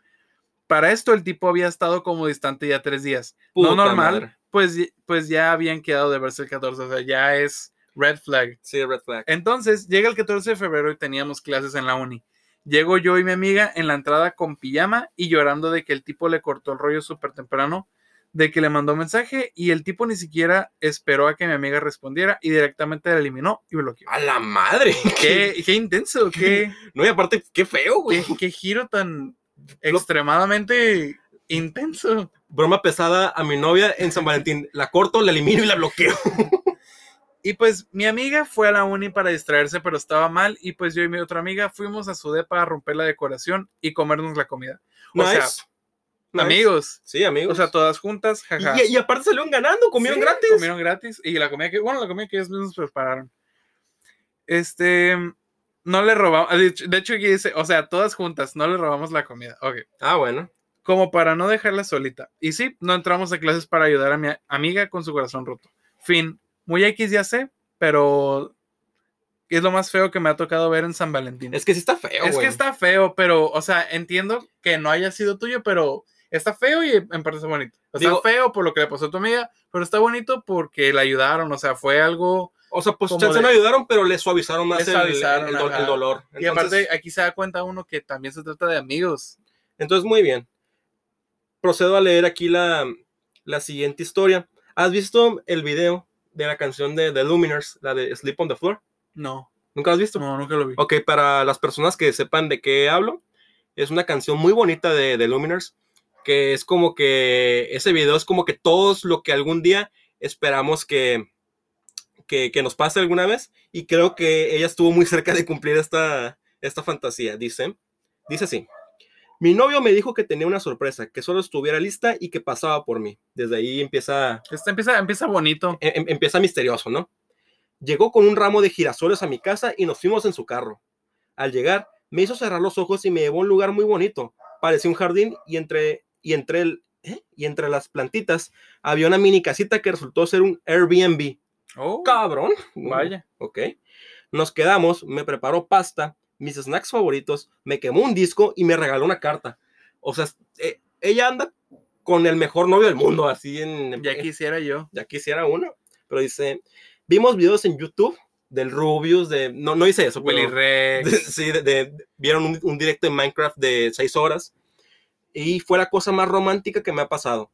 Para esto el tipo había estado como distante ya tres días.
Puta
no normal,
madre.
pues, y- pues ya habían quedado de verse el 14, o sea, ya es red flag.
Sí, red flag.
Entonces, llega el 14 de febrero y teníamos clases en la uni. Llego yo y mi amiga en la entrada con pijama y llorando de que el tipo le cortó el rollo súper temprano, de que le mandó mensaje y el tipo ni siquiera esperó a que mi amiga respondiera y directamente la eliminó y bloqueó.
A la madre.
Qué, qué intenso, qué,
No, y aparte, qué feo, güey.
qué, qué giro tan extremadamente intenso.
Broma pesada a mi novia en San Valentín. La corto, la elimino y la bloqueo.
Y pues mi amiga fue a la uni para distraerse, pero estaba mal. Y pues yo y mi otra amiga fuimos a su depa a romper la decoración y comernos la comida. O sea,
Nice. Nice.
Amigos.
Sí, amigos.
O sea, todas juntas, jaja.
y, y aparte salieron ganando, comieron
Sí,
gratis.
Comieron gratis. Y la comida que, bueno, la comida que ellos mismos prepararon. Este, no le robamos, de hecho- de hecho aquí dice, o sea, todas juntas, no le robamos la comida. Ok.
Ah, bueno.
Como para no dejarla solita. Y sí, no entramos a clases para ayudar a mi a- amiga con su corazón roto. Fin. Muy X ya sé, pero es lo más feo que me ha tocado ver en San Valentín.
Es que sí está feo,
Es
güey.
que está feo, pero, o sea, entiendo que no haya sido tuyo, pero está feo y en parte está bonito. Está
Digo-
feo por lo que le pasó a tu amiga, pero está bonito porque la ayudaron, o sea, fue algo
O sea, pues
Como
chance
de-
no ayudaron, pero le suavizaron más
Les
el, el-
suavizaron,
el do- el
ajá.
dolor.
Y aparte, aquí se da cuenta uno que también se trata de amigos.
Entonces, muy bien. Procedo a leer aquí la, la siguiente historia. ¿Has visto el video de la canción de The Luminers, la de Sleep on the Floor?
No,
¿Nunca la has visto?
no, nunca lo vi.
Ok, para las personas que sepan de qué hablo, es una canción muy bonita de The Luminers, que es como que ese video es como que todos lo que algún día esperamos que, que, que nos pase alguna vez, y creo que ella estuvo muy cerca de cumplir esta, esta fantasía. Dice, dice así. Mi novio me dijo que tenía una sorpresa, que solo estuviera lista y que pasaba por mí. Desde ahí empieza
Esta Este, empieza, empieza bonito.
em- em- empieza misterioso, ¿no? Llegó con un ramo de girasoles a mi casa y nos fuimos en su carro. Al llegar, me hizo cerrar los ojos y me llevó a un lugar muy bonito. Parecía un jardín y entre, y entre, el, ¿eh? y entre las plantitas había una mini casita que resultó ser un Airbnb.
Oh,
¡Cabrón!
vaya.
Ok. Nos quedamos, me preparó pasta, mis snacks favoritos, me quemó un disco y me regaló una carta. O sea, eh, ella anda con el mejor novio del mundo, así en...
Ya quisiera yo.
Ya quisiera uno. Pero dice, vimos videos en YouTube del Rubius, de... No, no hice eso,
Willy
pero-
Rex.
sí, de- de- vieron un, un directo en Minecraft de 6 horas. Y fue la cosa más romántica que me ha pasado.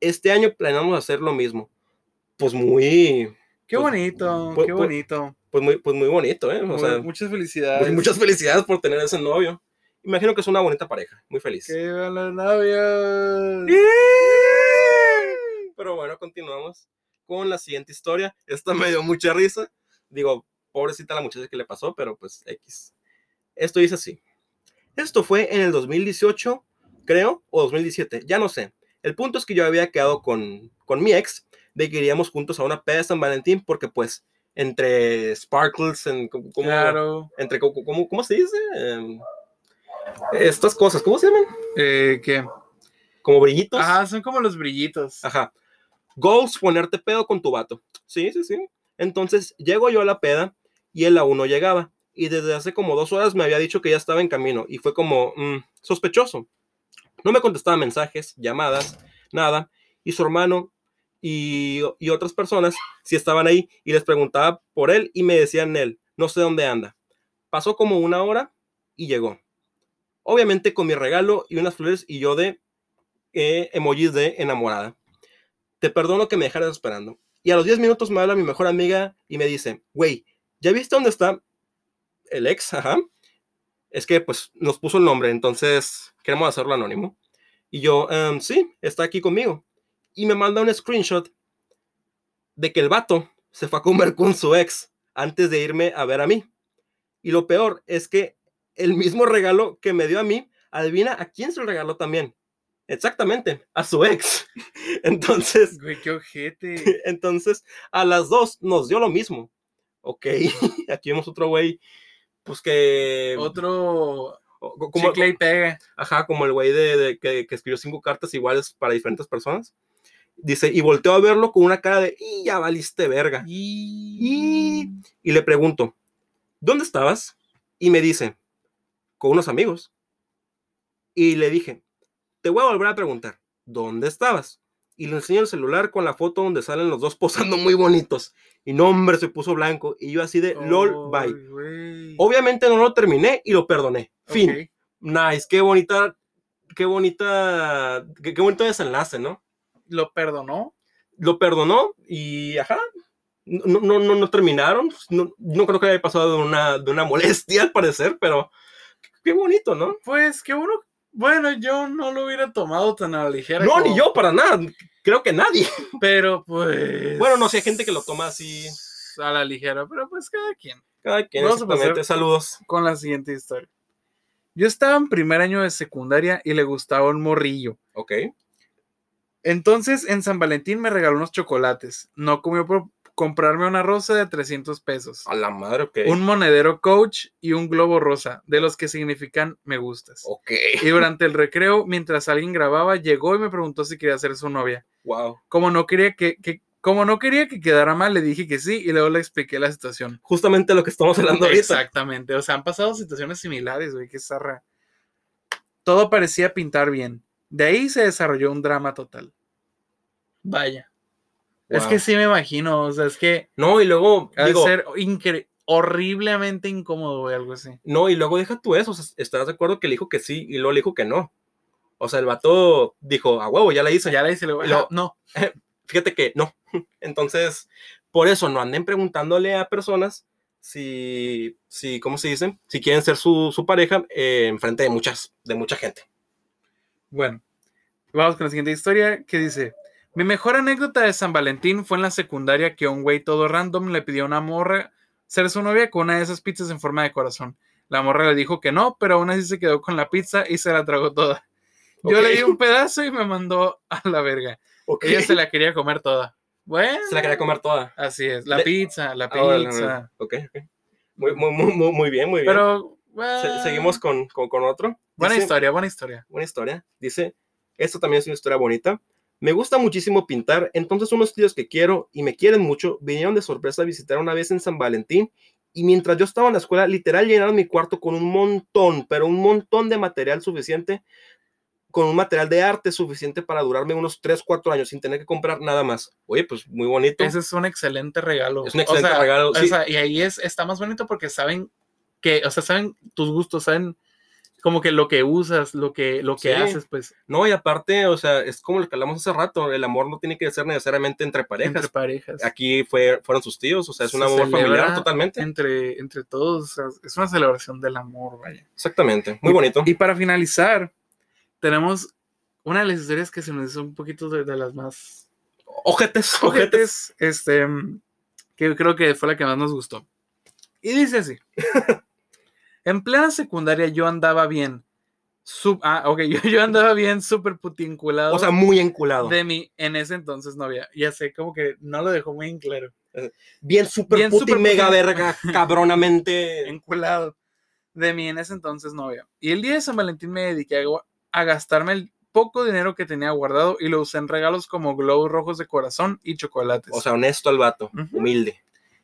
Este año planeamos hacer lo mismo. Pues muy...
Qué
pues,
bonito,
pues,
qué
pues,
bonito.
Pues muy, pues muy bonito, ¿eh? O
Muy-
sea,
muchas
pues
felicidades.
muchas felicidades por tener ese novio. Imagino que es una bonita pareja, muy feliz.
Que vivan los novios. ¡Eh!
Pero bueno, continuamos con la siguiente historia. Esta me dio mucha risa. Digo, pobrecita la muchacha que le pasó, pero pues X. Esto dice así. Esto fue en el 2018, creo, o 2017, ya no sé. El punto es que yo había quedado con, con mi ex de que iríamos juntos a una peda de San Valentín porque pues entre sparkles, en, como, como-
Claro.
entre, como, como- ¿cómo se dice? Em, estas cosas, ¿cómo se llaman?
Eh, ¿Qué?
Como brillitos.
Ajá, son como los brillitos.
Ajá. Goals, ponerte pedo con tu vato. Sí, sí, sí. Entonces llego yo a la peda y él aún no llegaba. Y desde hace como dos horas me había dicho que ya estaba en camino y fue como mm, sospechoso. No me contestaba mensajes, llamadas, nada. Y su hermano y, y otras personas sí estaban ahí y les preguntaba por él y me decían él, no sé dónde anda. Pasó como una hora y llegó. Obviamente con mi regalo y unas flores y yo de eh, emojis de enamorada. Te perdono que me dejaras esperando. Y a los 10 minutos me habla mi mejor amiga y me dice, güey, ¿ya viste dónde está el ex? Ajá. Es que pues nos puso el nombre, entonces queremos hacerlo anónimo. Y yo, "Em, sí, está aquí conmigo. Y me manda un screenshot de que el vato se fue a comer con su ex antes de irme a ver a mí. Y lo peor es que el mismo regalo que me dio a mí, adivina a quién se lo regaló también. Exactamente, a su ex. Entonces,
Güey, qué ojete.
entonces, a las dos nos dio lo mismo. Ok, aquí vemos otro güey, pues que...
Otro
o- co- como,
chicle y pega.
ajá, como el güey de, de- que, que escribió cinco cartas iguales para diferentes personas. Dice, y volteó a verlo con una cara de, y ya valiste verga.
Y...
Ah. Y le pregunto, ¿dónde estabas? Y me dice, con unos amigos. Y le dije, te voy a volver a preguntar, ¿dónde estabas? Y le enseño el celular con la foto donde salen los dos posando muy bonitos. Y no, hombre, se puso blanco. Y yo así de, lol,
Ay,
bye.
Oh, güey.
Obviamente no lo terminé y lo perdoné. Fin.
Ok.
Nice, qué bonita, qué bonita, qué, qué bonito desenlace, ¿no?
Lo perdonó.
Lo perdonó y, ajá, no, no, no, no terminaron. Pues, No, no creo que haya pasado de una, de una molestia al parecer, pero qué bonito, ¿no?
Pues qué bueno. Bueno, yo no lo hubiera tomado tan a la ligera.
No,
como-
ni yo para nada. Creo que nadie.
Pero pues.
Bueno, no sé, hay gente que lo toma así.
A la ligera, pero pues cada quien.
Cada quien,
Vamos a pasar-
exactamente. Saludos.
Con la siguiente historia. Yo estaba en primer año de secundaria y le gustaba un morrillo.
Ok.
Entonces en San Valentín me regaló unos chocolates. No comió por comprarme una rosa de 300 pesos,
A la madre, ok.
un monedero coach y un globo rosa, de los que significan me gustas.
Ok.
Y durante el recreo, mientras alguien grababa, llegó y me preguntó si quería ser su novia.
Wow.
Como no quería que, que- como no quería que quedara mal, le dije que sí y luego le expliqué la situación.
Justamente lo que estamos hablando ahorita.
Exactamente. O sea, han pasado situaciones similares, güey, qué zarra. Todo parecía pintar bien. De ahí se desarrolló un drama total. Vaya. Es que sí me imagino, o sea, es que
No, y luego,
ha de
digo,
ser incre- horriblemente incómodo, güey, algo así.
no, y luego deja tú eso, o sea, estarás de acuerdo que le dijo que sí y luego le dijo que no. O sea, el vato dijo, a huevo, ya la hice.
Ya le dice, le digo,
Y lo-
"Ajá, no,
Fíjate que no. Entonces, por eso no anden preguntándole a personas si, si ¿cómo se dice? Si quieren ser su, su pareja eh, en frente de muchas, de mucha gente.
Bueno, vamos con la siguiente historia que dice: Mi mejor anécdota de San Valentín fue en la secundaria que un güey todo random le pidió a una morra ser su novia con una de esas pizzas en forma de corazón. La morra le dijo que no, pero aún así se quedó con la pizza y se la tragó toda. Yo le di
Ok.
un pedazo y me mandó a la verga.
Ok.
Ella se la quería comer toda. Bueno,
Se la quería comer toda.
así es. La
Le-
pizza, la
Ah, órale,
pizza.
Ok, ok. Muy, muy, muy, muy- muy bien, muy bien.
Pero,
Se-
bueno,
seguimos con, con, con otro.
Buena
Dice-
historia, buena historia.
Buena historia. Dice, esto también es una historia bonita. Me gusta muchísimo pintar, entonces unos tíos que quiero y me quieren mucho vinieron de sorpresa a visitar una vez en San Valentín y mientras yo estaba en la escuela, literal llenaron mi cuarto con un montón, pero un montón de material suficiente, con un material de arte suficiente para durarme unos 3, 4 años sin tener que comprar nada más. Oye, pues muy bonito.
Ese es un excelente regalo.
Es un excelente regalo,
o
sí.
sea, y ahí es, está más bonito porque saben que, o sea, saben tus gustos, saben como que lo que usas, lo que, lo que
Sí.
haces, pues,
No, y aparte, o sea, es como lo que hablamos hace rato, el amor no tiene que ser necesariamente entre parejas.
entre parejas.
Aquí fue, fueron sus tíos, o sea, es
Se
un amor familiar
celebra
totalmente.
Entre, entre todos, o sea, es una celebración del amor, vaya.
Exactamente, muy bonito.
Y para finalizar, tenemos una de las historias que se nos hizo un poquito de, de las más
Ojetes, ojetes.
cojetes, este, mm, que creo que fue la que más nos gustó. Y dice así. en plena secundaria yo andaba bien. sup- ah, ok, yo, yo andaba bien súper putinculado
O sea, muy enculado.
de mi en ese entonces novia. Ya sé, como que no lo dejó muy en claro.
bien super
bien
puti,
super
mega
puti.
verga, cabronamente.
Enculado de mi en ese entonces novia. Y el día de San Valentín me dediqué a, gu- a gastarme el poco dinero que tenía guardado y lo usé en regalos como globos rojos de corazón y chocolates.
O sea, honesto el vato,
Ujú.
humilde.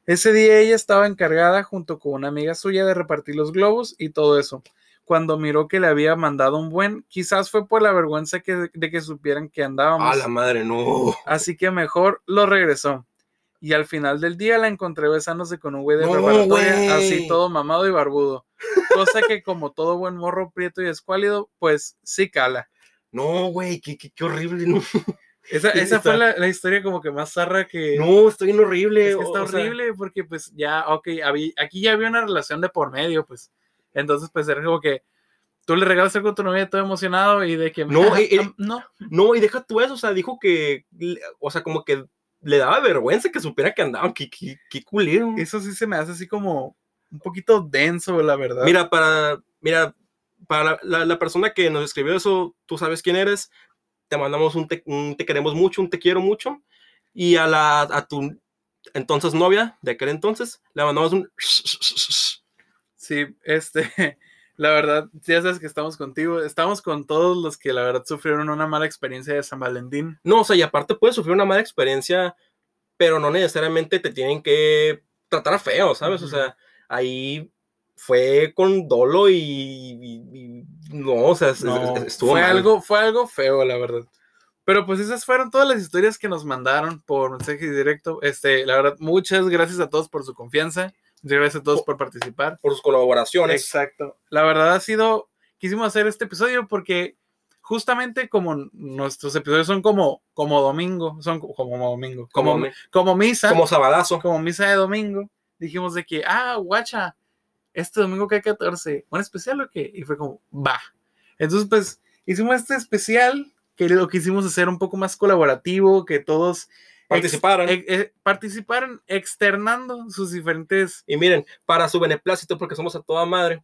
Ese día ella estaba encargada junto con una amiga suya de repartir los globos y todo eso. Cuando miró que le había mandado un buen, quizás fue por la vergüenza que, de que supieran que andábamos.
A la madre, no.
Así que mejor lo regresó. Y al final del día la encontré besándose con un güey de
No,
preparatoria,
güey.
así todo mamado y barbudo. Cosa que como todo buen morro prieto y escuálido, pues sí cala.
No, güey, qué, qué, qué horrible. No,
Esa,
Sí,
esa fue
está-
la, la historia como que más zarra que...
no estoy bien horrible.
Es que está
o- o sea,
horrible porque pues ya, ok, habí- aquí ya había una relación de por medio, pues. Entonces, pues era como que tú le regalas algo a tu novia todo emocionado y de que...
No, y- y-
ah, no.
no, y deja tú eso. O sea, dijo que. le- O sea, como que le daba vergüenza que supiera que andaban. Qué, qué, qué culero.
Eso sí se me hace así como un poquito denso, la verdad.
Mira, para, mira, para la, la- la persona que nos escribió eso, tú sabes quién eres. Te mandamos un te, un te queremos mucho, un te quiero mucho. Y a la a tu entonces novia de aquel entonces le mandamos un
Sí, este, la verdad, ya sabes que estamos contigo. Estamos con todos los que la verdad sufrieron una mala experiencia de San Valentín.
no, o sea, y aparte puedes sufrir una mala experiencia, pero no necesariamente te tienen que tratar feo, ¿sabes? O
Ujú.
sea, ahí fue con dolo y, y- y- no, o sea, es- es-
No,
estuvo
fue
mal.
algo, fue algo feo, la verdad. Pero pues esas fueron todas las historias que nos mandaron por mensaje directo. Este, la verdad, muchas gracias a todos por su confianza. Muchas gracias a todos por participar.
por sus colaboraciones.
Exacto. La verdad ha sido, quisimos hacer este episodio porque justamente como nuestros episodios son como, como domingo, son co- como domingo, como,
Como,
como misa.
como sabadazo.
como misa de domingo, dijimos de que, ah, guacha, este domingo que hay 14, ¿un especial o qué? Y fue como, va. Entonces, pues, hicimos este especial que lo quisimos hacer un poco más colaborativo, que todos
participaran.
ex- eh, participaran externando sus diferentes
y miren, para su beneplácito, porque somos a toda madre.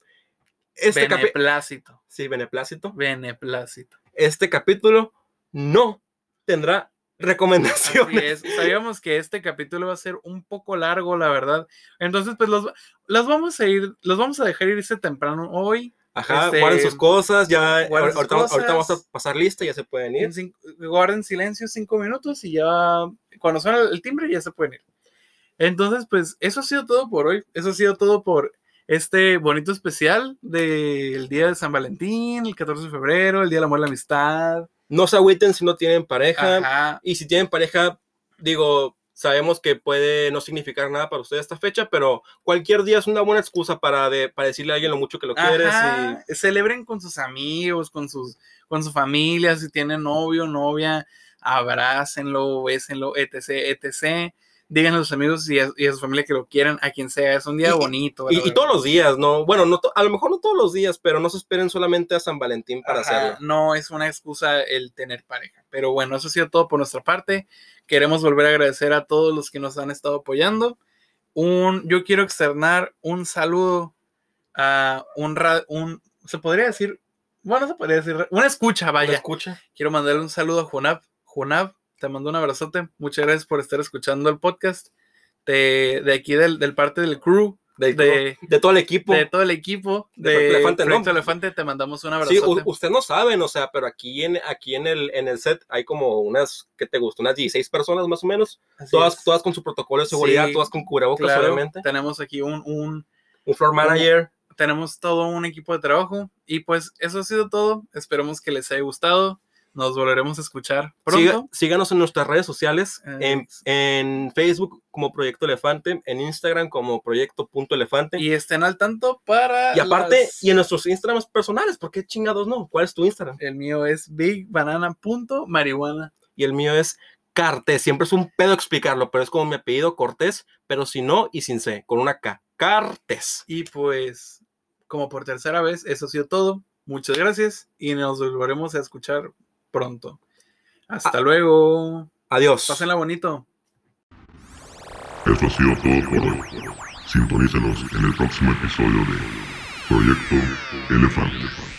Este, capi-
beneplácito.
sí, beneplácito.
Beneplácito.
este capítulo no tendrá
Así
recomendaciones.
es. Sabíamos que este capítulo va a ser un poco largo, la verdad. Entonces, pues los, los vamos a ir, los vamos a dejar irse temprano hoy.
Ajá,
Este,
guarden sus cosas, ya ahor-
guarden
ahorita,
sus
ahorita vamos a
cosas.
pasar lista, ya se pueden
en
ir.
cin- guarden silencio cinco minutos y ya cuando suena el timbre ya se pueden ir. Entonces, pues eso ha sido todo por hoy. Eso ha sido todo por este bonito especial del Día de San Valentín, el 14 de febrero, el Día del Amor y la Amistad.
No se agüiten si no tienen pareja.
Ajá.
Y si tienen pareja, digo, sabemos que puede no significar nada para usted esta fecha, pero cualquier día es una buena excusa para, de, para decirle a alguien lo mucho que lo quieres.
Ajá, Celebren con sus amigos, con sus, con su familia, si tienen novio, novia, abrácenlo, bésenlo, etc, etc. Díganle a sus amigos y a, y a su familia que lo quieran, a quien sea, es un día
Y-
bonito.
Y,
la
y
verdad.
todos los días, ¿no? Bueno, no to- a lo mejor no todos los días, pero no se esperen solamente a San Valentín para
Ajá,
hacerlo.
No es una excusa el tener pareja. Pero bueno, eso ha sido todo por nuestra parte. Queremos volver a agradecer a todos los que nos han estado apoyando. Un, yo quiero externar un saludo a un, ra- un se podría decir, bueno, se podría decir, ra- una escucha,
¿Lo
vaya.
escucha?
Quiero mandarle un saludo a Junab. Junab, te mando un abrazote. Muchas gracias por estar escuchando el podcast. Te- de aquí del, del parte del crew,
De,
de,
de todo el equipo.
de todo el equipo,
De
de
Proyecto Elefante, ¿no?
Proyecto Elefante, te mandamos un
Sí,
abrazote.
u- usted no saben, o sea, pero aquí en, aquí en el, en el set hay como unas, ¿qué te gusta? Unas 16 personas más o menos.
Así es.
Todas, todas con su protocolo de seguridad,
Sí,
todas con cubrebocas,
Claro,
obviamente.
tenemos aquí un, un-
Un floor manager.
tenemos todo un equipo de trabajo y pues eso ha sido todo. Esperemos que les haya gustado. Nos volveremos a escuchar
Siga-
pronto.
síganos en nuestras redes sociales,
Eh,
en, en Facebook como Proyecto Elefante, en Instagram como Proyecto.elefante. Y,
Y estén al tanto para
y aparte,
las-
y en nuestros Instagrams personales, ¿por qué chingados no? ¿Cuál es tu Instagram?
el mío es bigbanana.marihuana.
y el mío es Cartes. Siempre es un pedo explicarlo, pero es como mi apellido Cortés, pero si no y sin C, con una K. Cartes.
Y pues, como por tercera vez, eso ha sido todo. Muchas gracias y nos volveremos a escuchar pronto.
Ah.
Hasta luego.
Adiós.
Pásenla bonito.
Esto ha sido todo por hoy. Sintonícenos en el próximo episodio de Proyecto Elefante.